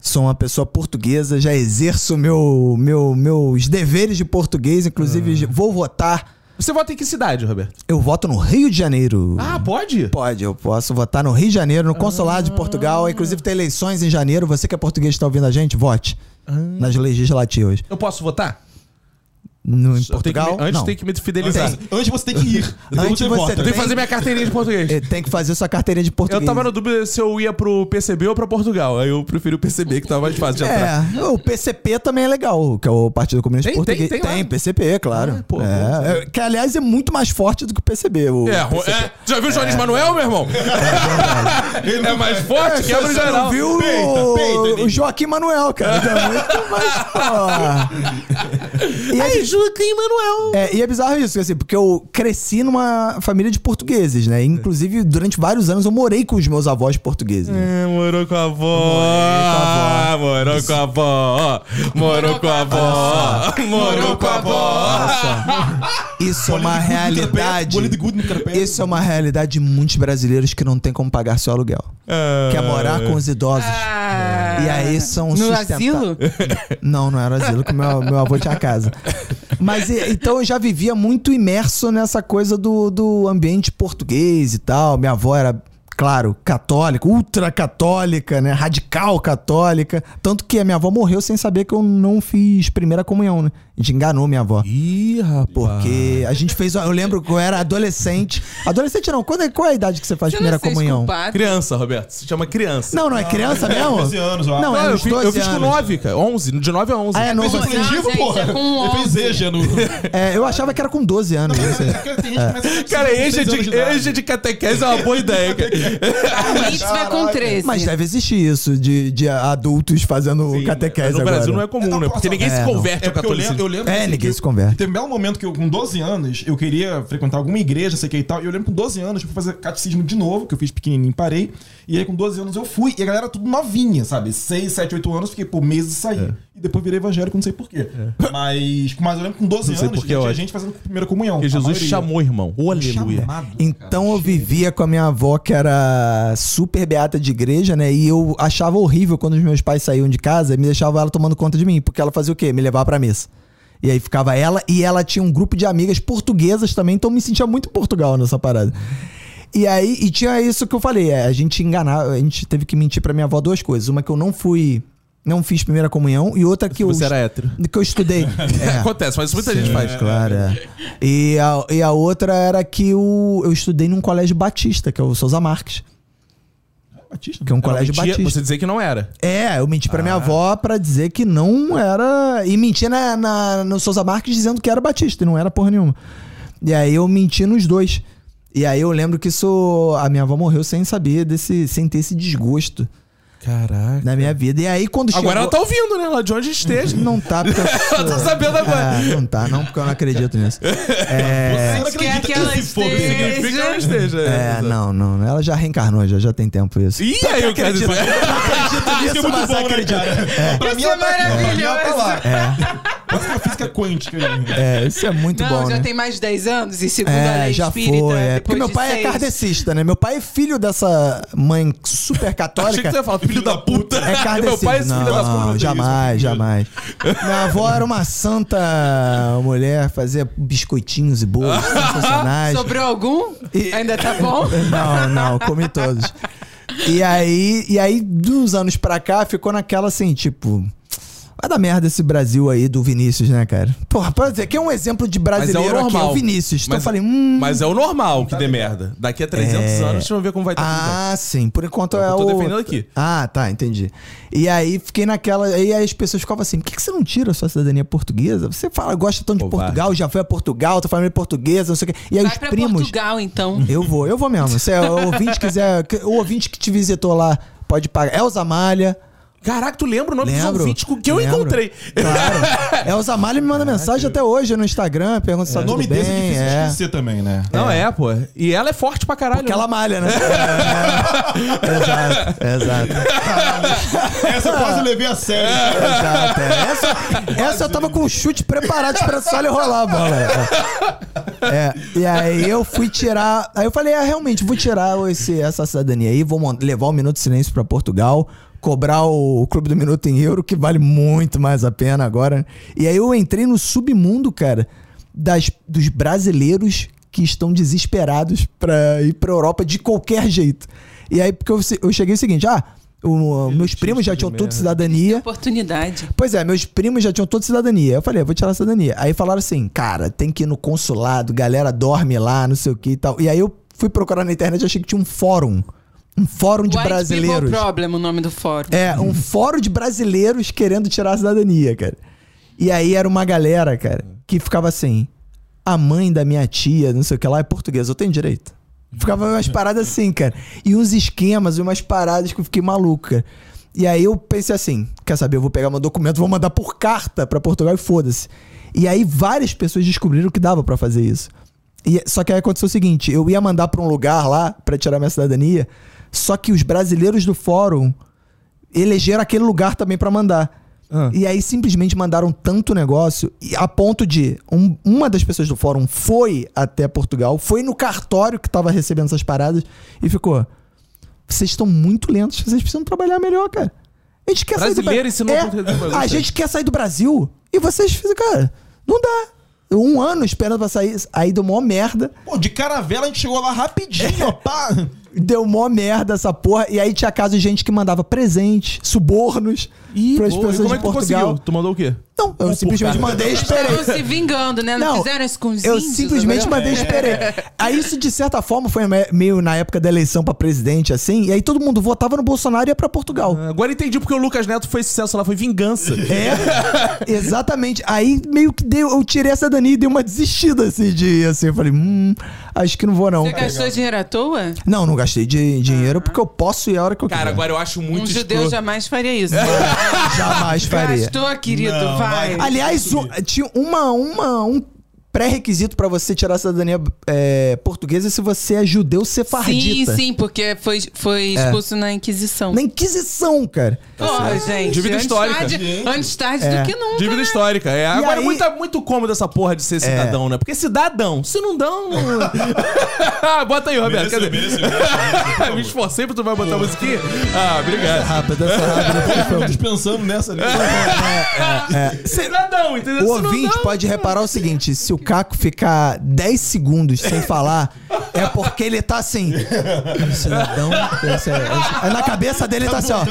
sou uma pessoa portuguesa, já exerço meu, meu, meus deveres de português, Ah. inclusive vou votar. Você vota em que cidade, Roberto? Eu voto no Rio de Janeiro. Ah, pode? Pode, eu posso votar no Rio de Janeiro, no Consulado de Ah. Portugal. Inclusive, tem eleições em janeiro. Você que é português e está ouvindo a gente, vote. Ah. Nas legislativas. Eu posso votar? No, Eu em tenho que me- Portugal, antes não. tem que me fidelizar. Antes, antes você tem que ir. Depois Antes você você vota. Eu tenho que Tem- fazer minha carteirinha de português. Eh, tem que fazer sua carteirinha de português. Eu tava na dúvida se eu ia pro PCB ou pra Portugal. Aí eu preferi o PCB, que tava mais fácil de entrar. É, o PCP também é legal, que é o Partido Comunista Tem- Português. tem- tem lá. PCP, claro. Ah, pô, É, bom saber. é, que, aliás, é muito mais forte do que o PCB. O É, ro- PCP. é. Já viu o Jones Manuel, meu irmão? Ele é mais forte, quebra o Você geral. não viu o, Peita, peita, o Nick. Joaquim Manuel, cara. que É muito mais forte. E é Aí, Joaquim Manuel. É, e é bizarro isso, assim, porque eu cresci numa família de portugueses, né? Inclusive, durante vários anos eu morei com os meus avós portugueses. né? É, morou com a avó. avó. Morou com a avó. Morou com a avó. Morou com a avó. Isso é uma realidade. Bolide good no carpete. Isso é uma realidade de muitos brasileiros que não tem como pagar seu aluguel. É. Quer morar com os idosos. Ah, E aí são No sustenta- asilo? Não, não era asilo, que meu, meu avô tinha casa. Mas e- então eu já vivia muito imerso nessa coisa do, do ambiente português e tal. Minha avó era, claro, católica, ultra católica, né? Radical católica. Tanto que a minha avó morreu sem saber que eu não fiz primeira comunhão, né? A gente enganou minha avó. Ih, rapaz. Porque a gente fez. Eu lembro que eu era adolescente. Adolescente não, quando, é- qual é a idade que você faz Você primeira não se comunhão? culpado. Criança, Roberto. Se chama criança. Não, não, é criança mesmo? 12 anos, ó. Não, Ah, é eu, uns fiz, eu 12 fiz com anos. 9, cara. 11. De 9 a 11. Ah, é Fez novo. o Não, coletivo, gente, porra. é com Ele fez 11. EJA no... É, eu achava que era com 12 anos. não sei. É. Cara, EJA de, EJA de catequese é uma boa ideia, cara. Blitz vai com então. 13. Mas deve existir isso, de, de adultos fazendo catequese No agora. Brasil não é comum, né? Porque ninguém se É, não. converte É ao porque eu lembro, catolicismo. eu lembro É, assim, ninguém que eu- se converte. Teve um belo momento que eu, com 12 anos, eu queria frequentar alguma igreja, sei que e tal. E eu lembro com 12 anos, eu fui fazer catecismo de novo, que eu fiz pequenininho, parei. E aí com 12 anos eu fui. E a galera tudo novinha, sabe? 6, 7, 8 anos, fiquei por meses e É. saí. E depois virei evangélico, não sei porquê. Mas, mas eu lembro com 12 Não sei anos, por quê, tinha eu acho. gente fazendo primeira comunhão. Porque a Jesus maioria. chamou, irmão. Ô, aleluia. Chamado, Então eu vivia com a minha avó, que era super beata de igreja, né? E eu achava horrível quando os meus pais saíam de casa e me deixava ela tomando conta de mim. Porque ela fazia o quê? Me levava pra missa. E aí ficava ela, e ela tinha um grupo de amigas portuguesas também, então eu me sentia muito em Portugal nessa parada. E aí, e tinha isso que eu falei, é, a gente enganava, a gente teve que mentir pra minha avó duas coisas. Uma que eu não fui, não fiz primeira comunhão, e outra que eu... Você era hétero. Que eu estudei. É. Acontece, mas isso muita gente faz. É, claro, é. E a, e a outra era que o, eu estudei num colégio batista, que é o Souza Marques, Batista. que é um Era colégio mentira batista. Você Ah. dizer que não era. É, eu menti pra minha avó pra dizer que não era. E menti na, na- no Souza Marques dizendo que era batista, e não era porra nenhuma. E aí eu menti nos dois. E aí eu lembro que isso. A minha avó morreu sem saber desse. sem ter esse desgosto Caraca. na minha vida. E aí quando Agora ela tá ouvindo, né? Lá de onde esteja. Não tá, porque eu. Ela tá sabendo agora. Ah, não tá, não, porque eu não acredito nisso. É. Você não Quer acredita que ela se for, esteja- significa- Significa que ela esteja. É, não, não. Ela já reencarnou, já, já tem tempo isso. Ih, aí eu quero dizer. Isso é muito mas bom, né, acredito. é cara? Pra mim, ela tá aqui, pra mim, ela tá lá. Mas eu fiz ca- quântica ainda. É, isso é muito não, bom, já né? tem mais de 10 anos e segundo a É, lei já espírita, foi. É. depois Porque meu de pai é seis- kardecista, né? Meu pai é filho dessa mãe super Achei que católica. você ia falar, filho da puta. É kardecista. Meu pai é esse filho da não, puta. jamais, jamais. Minha avó era uma santa mulher, fazia biscoitinhos e bolos Ah, sensacionais. Sobrou algum? E- Ainda tá bom? Não, não, comi todos. E aí, e aí, dos anos pra cá, ficou naquela assim, tipo. Vai dar merda esse Brasil aí do Vinícius, né, cara? Porra, pra dizer que é um exemplo de brasileiro aqui, é o Vinícius. Então mas, eu falei, hum. mas é o normal que dê merda. Daqui a 300 É. anos, deixa eu ver como vai estar tudo bem. Ah, sim. Por enquanto É o é, que eu o. tô defendendo aqui. Ah, tá, entendi. E aí fiquei naquela. E aí as pessoas ficavam assim: por que, que você não tira a sua cidadania portuguesa? Você fala, gosta tanto de Covarde. Portugal, já foi a Portugal, tua família é portuguesa, não sei o quê. E aí Vai os pra primos. Uhum. Portugal, então. Eu vou, eu vou mesmo. Se é, o ouvinte quiser. que- O ouvinte que te visitou lá pode pagar. Elza Malha. Caraca, tu lembra o nome dos Ah. Lembro. ouvintes que eu lembro. Tá. encontrei? Claro. É Elza Malha me manda mensagem até hoje no Instagram, pergunta se tá O tudo nome bem. desse é difícil de é. esquecer também, né? Não, é, pô. E ela é forte pra caralho. Porque ela malha, né? É, é. Exato, exato. Essa eu quase levei a sério. Exato, é. Essa, essa eu tava com o chute preparado pra só ele rolar a bola. É. É, E aí eu fui tirar. Aí eu falei, é, realmente, vou tirar esse, essa cidadania aí, vou mon- levar o Minuto de Silêncio pra Portugal, cobrar o, o Clube do Minuto em euro, que vale muito mais a pena agora. E aí eu entrei no submundo, cara, das, dos brasileiros que estão desesperados pra ir pra Europa de qualquer jeito. E aí, porque eu, se- eu cheguei o seguinte, ah. o- meus primos já tinham tudo cidadania. Oportunidade. Pois é, meus primos já tinham toda cidadania. Eu falei, eu vou tirar a cidadania. Aí falaram assim, cara, tem que ir no consulado, galera dorme lá, não sei o que e tal. E aí eu fui procurar na internet e achei que tinha um fórum. Um fórum de White brasileiros. People Problem, o nome do fórum. É, um fórum de brasileiros querendo tirar a cidadania, cara. E aí era uma galera, cara, que ficava assim: a mãe da minha tia, não sei o que lá, é portuguesa, eu tenho direito. Ficava umas paradas assim, cara. E uns esquemas, e umas paradas que eu fiquei maluco, cara. E aí eu pensei assim: quer saber, eu vou pegar meu documento, vou mandar por carta pra Portugal e foda-se. E aí várias pessoas descobriram que dava pra fazer isso. E- é, só que aí aconteceu o seguinte: eu ia mandar pra um lugar lá pra tirar minha cidadania, só que os brasileiros do fórum elegeram aquele lugar também pra mandar. Ah. E aí simplesmente mandaram tanto negócio, e a ponto de um- uma das pessoas do fórum foi até Portugal, foi no cartório que tava recebendo essas paradas e ficou: vocês estão muito lentos, vocês precisam trabalhar melhor, cara. A gente quer Brasileiro sair do ensinou português pra Brasil. É, a vocês. gente quer sair do Brasil e vocês fizeram, cara, não dá. Um ano esperando pra sair, aí deu mó merda. Pô, de caravela a gente chegou lá É. rapidinho, ó, pá. Deu mó merda essa porra. E aí tinha caso de gente que mandava presentes, subornos para as Pô, e pessoas como é de que tu Portugal. conseguiu? Tu mandou o quê? Não, eu simplesmente cara. mandei e esperei. Estavam se vingando, né? Não, fizeram isso com os Eu índios, simplesmente agora? mandei e esperei. Aí isso, de certa forma, foi me- meio na época da eleição pra presidente, assim. E aí todo mundo votava no Bolsonaro e ia pra Portugal. Agora entendi porque o Lucas Neto foi sucesso lá, foi vingança. É, exatamente. Aí meio que deu, eu tirei essa dania e dei uma desistida assim de ir, assim. Eu falei, hum, acho que não vou não. Você gastou Ah. dinheiro à toa? Não, não gastei de, dinheiro porque eu posso ir a hora que eu Cara, quiser. agora eu acho Um muito judeu escroto. jamais faria isso. Jamais faria. Gastou, querido, Não, vai. vai. Aliás, um- tinha uma, uma, um pré-requisito pra você tirar a cidadania é, portuguesa se você é judeu Sim, sefardita. sim, porque foi, foi É. expulso na Inquisição. Na Inquisição, cara. Pô, gente. Dívida antes histórica. tarde- Gente. antes tarde É. do que nunca. Dívida né? histórica, é. Agora aí- é muito, muito cômodo essa porra de ser cidadão, né? Porque cidadão, se não dão. não- Bota aí, Roberto. Mereceu, Cadê? mereceu, mereceu, Me mereceu. esforcei pra tu vai botar a musiquinha. Ah, obrigado. Rápido, essa é rápida. Pô, Todos pensando nessa, né? Cidadão, entendeu? O Se não ouvinte dão- pode reparar o seguinte: se o Caco ficar 10 segundos sem falar, é porque ele tá assim. Cidadão. esse é- esse- aí na cabeça dele tá assim, ó.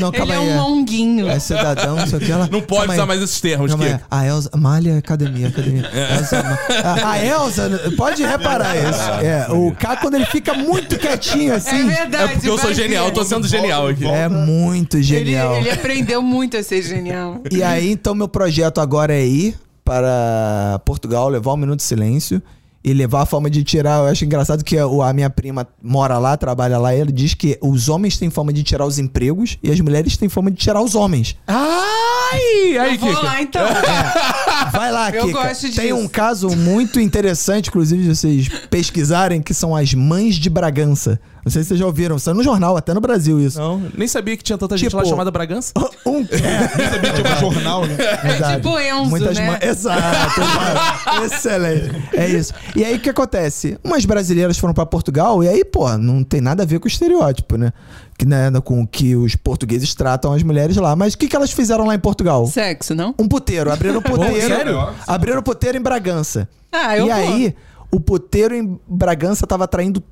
Não, Ele calma é aí. um monguinho. é- É cidadão, não sei o que ela. Não pode calma usar aí. mais esses termos, Calma aí. Kiko. A Elza. Malha, é academia, academia. Elza, Ma- a, a Elza, pode reparar isso. É, o Caco, quando ele fica muito quietinho É assim, É verdade. porque eu sou vai genial, eu ver. tô sendo genial aqui. é, muito Ele, genial. ele é aprendeu muito a ser genial. E aí, então, meu projeto agora é ir para Portugal, levar um minuto de silêncio e levar a forma de tirar. Eu acho engraçado que o- a minha prima mora lá, trabalha lá, e ela diz que os homens têm forma de tirar os empregos e as mulheres têm forma de tirar os homens. Ah! Aí, aí, eu vou Kika. É, lá então. Vai lá, Eu Kika. gosto Tem disso. um caso muito interessante, inclusive, de vocês pesquisarem, que são as mães de Bragança. Não sei se vocês já ouviram, saiu no jornal, até no Brasil isso. Não, nem sabia que tinha tanta gente Tipo- lá chamada Bragança. Um... Nem sabia que tinha É. um jornal, né? Verdade. É tipo Enzo, Muitas né? mães- Exato, exato. Excelente. É isso. E aí o que acontece? Umas brasileiras foram pra Portugal e aí, pô, não tem nada a ver com o estereótipo, né? Que, né com o que os portugueses tratam as mulheres lá. Mas o que, que elas fizeram lá em Portugal? Sexo, não? Um puteiro. Abriram um puteiro. sério? Abriram um puteiro em Bragança. Ah, eu e vou. aí, o puteiro em Bragança tava atraindo.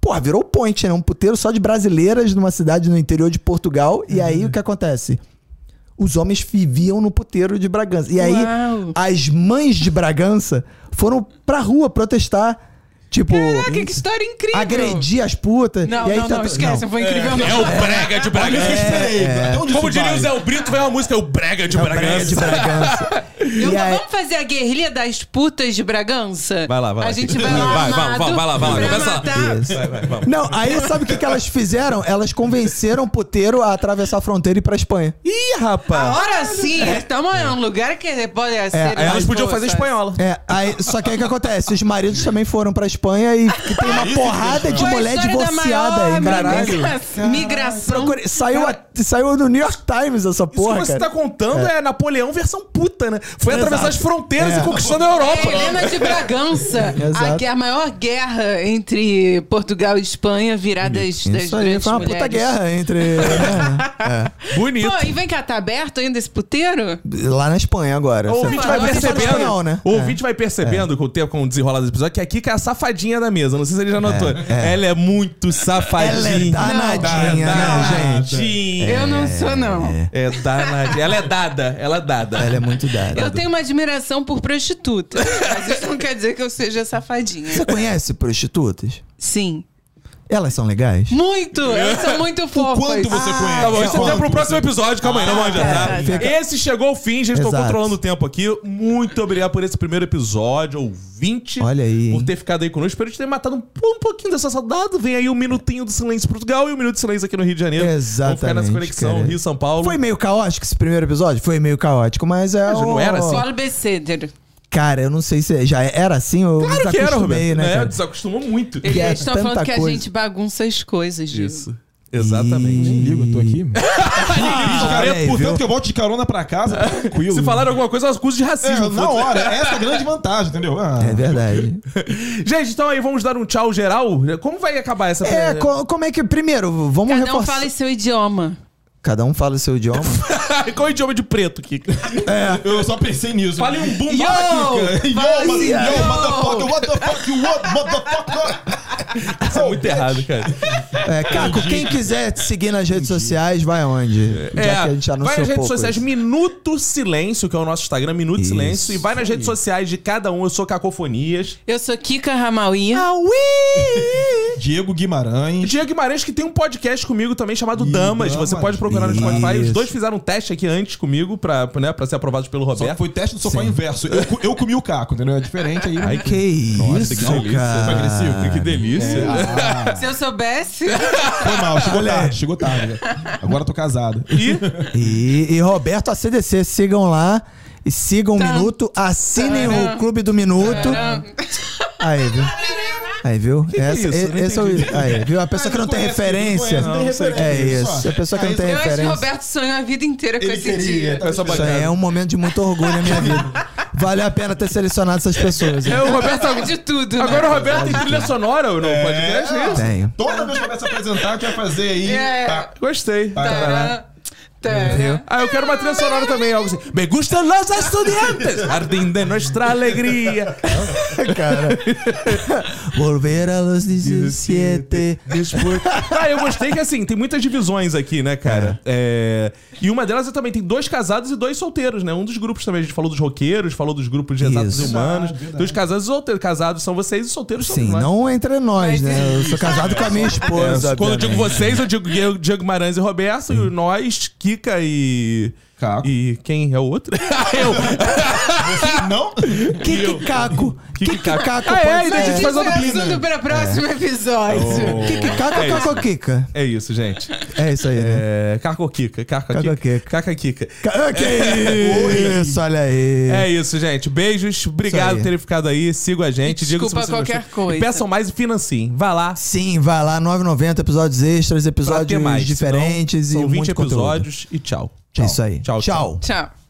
Porra, virou point, né? Um puteiro só de brasileiras numa cidade no interior de Portugal. E Uhum. aí o que acontece? Os homens viviam no puteiro de Bragança. E aí, Uau. as mães de Bragança foram pra rua protestar. Tipo, Caraca, que história incrível. agredir as putas. Não, e aí não, não, tenta- esquece, não foi incrível não. É o Brega de Olha isso que eu Bragança. esperei. Até onde Como isso diria vai? o Zé Brito, vai uma música, é o Brega de É o Brega de Bragança. Bragança. Eu- e aí, Vamos fazer a guerrilha das putas de Bragança? Vai lá, vai lá. A gente vai lá. Vai, vai, armado vai, vai lá, vai lá, pra começa lá. matar. Isso. Não, aí sabe o que, que elas fizeram? Elas convenceram o puteiro a atravessar a fronteira e ir pra Espanha. Ih, rapaz. Agora sim, estamos em um lugar que pode ser. aí É. Elas mais podiam boa, fazer sabe? espanhola. É, aí, só que aí o que acontece? Os maridos também foram pra Espanha e que tem uma porrada de Tipo Foi é a mulher história da divorciada maior aí, caralho. migra- Migração. Procure- Saiu, a- saiu no New York Times essa Isso porra, que você tá cara. contando é. Napoleão versão puta, né? Foi atravessar as fronteiras É. e conquistando a Europa. É, Helena de Bragança, a, Exato. que- a maior guerra entre Portugal e Espanha, viradas das Isso aí, grandes foi uma mulheres. puta guerra entre... né? Bonito. Pô, e vem cá, tá aberto ainda esse puteiro? Lá na Espanha agora. O ouvinte Você vai fala percebendo, espanhol, né? o ouvinte vai É. percebendo com o tempo, com o desenrolar do episódio, que a Kika é a safadinha da mesa. Não sei se ele já notou. Ela é muito Ela é safadinha. danadinha, né, gente? Danadinha. Eu não sou, não. É danadinha. Ela é dada. Ela é dada. Ela é muito dada. Eu tenho uma admiração por prostituta, mas isso não quer dizer que eu seja safadinha. Você conhece prostitutas? Sim. Elas são legais? Muito! Elas são muito fofas. é Quanto você conhece? Tá bom, isso até Quanto? pro próximo episódio. Calma aí, não vamos adiantar. Ah, Fica- Esse chegou ao fim, gente. Estou Exato. controlando o tempo aqui. Muito obrigado por esse primeiro episódio, ouvinte. Olha aí, Por hein? ter ficado aí conosco. Espero te ter matado um, um pouquinho dessa saudade. Vem aí o minutinho do silêncio em Portugal e o minuto de silêncio aqui no Rio de Janeiro. Vamos ficar nessa Exatamente, conexão cara. Rio-São Paulo. Foi meio caótico esse primeiro episódio? Foi meio caótico, mas é. Mas não um- era assim? Solo Beceder. Cara, eu não sei se já era assim ou Claro que era, desacostumei, Roberto. né? Né? cara? Desacostumou muito. Eles Que é estão tanta falando que a coisa. gente bagunça as coisas, Diego. Isso. Exatamente. E- Ligo, eu tô aqui. Ah, olha aí, Portanto, viu? que eu volto de carona pra casa, tá tranquilo. É. Se falaram alguma coisa, eu acuso de racismo. É, na Foda-se. hora, essa é a grande vantagem, entendeu? Ah, É verdade. Gente, então aí vamos dar um tchau geral. Como vai acabar essa É, co- como é que. Primeiro, vamos Cada um reforçar. fala em seu idioma. Cada um fala o seu idioma. Qual é o idioma de preto, Kika? Eu só pensei nisso. Fale um boom. Yo! Yo, Fala ma- assim, yo, yo! motherfucker, what the fuck, you what, motherfucker? Isso é muito errado, cara. É, Caco, quem quiser te seguir nas redes sociais, vai onde? Já É, que a gente anunciou vai nas redes pouco sociais, isso. Minuto Silêncio, que é o nosso Instagram, Minuto Isso Silêncio. E vai nas redes sociais de cada um. Eu sou Cacofonias. Eu sou Kika Ramauia. Ah, Aui! Diego Guimarães. Diego Guimarães, que tem um podcast comigo também chamado Ih, Damas. Você Damas. pode procurar no Spotify. Os Isso. dois fizeram um teste aqui antes comigo pra, né, pra ser aprovados pelo Só que Roberto. foi teste do sofá inverso. Eu, co- eu comi o caco, entendeu? É diferente aí. Ai, que que isso, delícia, cara. É. foi agressivo, né? que delícia. Se eu soubesse. Foi mal, chegou tarde, chegou tarde. Agora eu tô casado. E E, e Roberto ACDC, sigam lá. E sigam o Tam. Minuto, assinem Taram. o Clube do Minuto. Aí, viu? Aí, viu? Essa- é isso? e- Não esse é o- aí, viu? A pessoa Ah, que não não tem conhece, referência. não conhece, não tem É referência, isso. só. A pessoa que Ah, não tem Eu acho que o referência. Roberto sonhou a vida inteira com Ele esse queria. dia. essa Isso aí é um momento de muito orgulho na minha vida. Vale a pena ter selecionado essas pessoas. hein? É, o Roberto Sabe de tudo. Agora né? o Roberto tem trilha sonora no É. podcast, né? Tenho. Toda vez que começa a apresentar, que vai fazer aí. É. Tá. Gostei. tá, Tará, tará. Ah, eu quero uma trilha sonora também, algo assim. Me gustan los estudiantes, jardim de nuestra alegria. Cara. Volver a los 17. Depois- Ah, eu gostei que assim, tem muitas divisões aqui, né, cara? É. E uma delas é também tem dois casados e dois solteiros, né? Um dos grupos também. A gente falou dos roqueiros, falou dos grupos de exatos Isso. e humanos. Ah, é Verdade, verdade. Dos casados e solteiros. Casados são vocês e solteiros são Sim, nós. não é entre nós, né? Eu sou casado com a é um minha esposa. Quando eu digo obviamente. vocês, eu digo Diego, Diego Maranhas e Roberto, e nós, Kika e. Caco. E quem é o outro? eu! Não? Kiki Caco. Kiki Caco. Ah, é, pode ainda ser. a gente faz uma Isso é dublina. assunto para o próximo episódio. Kiki Caco É ou Caco Kika? É isso, gente. É isso aí, né? É, Carcoquica, Carcoquica. Carcoquica. Cacaquica. Ca- ah, Que isso, olha aí. É isso, gente. Beijos. Obrigado Isso aí. por terem ficado aí. Sigam a gente. Digam se Desculpa vocês qualquer gostaram. coisa. E peçam mais e financiem. Vá lá. Sim, vai lá, 9,90, episódios extras, Pra ter episódios mais. diferentes Senão, e são muito 20 conteúdo. episódios e tchau. É isso aí. Tchau, tchau. tchau. Tchau.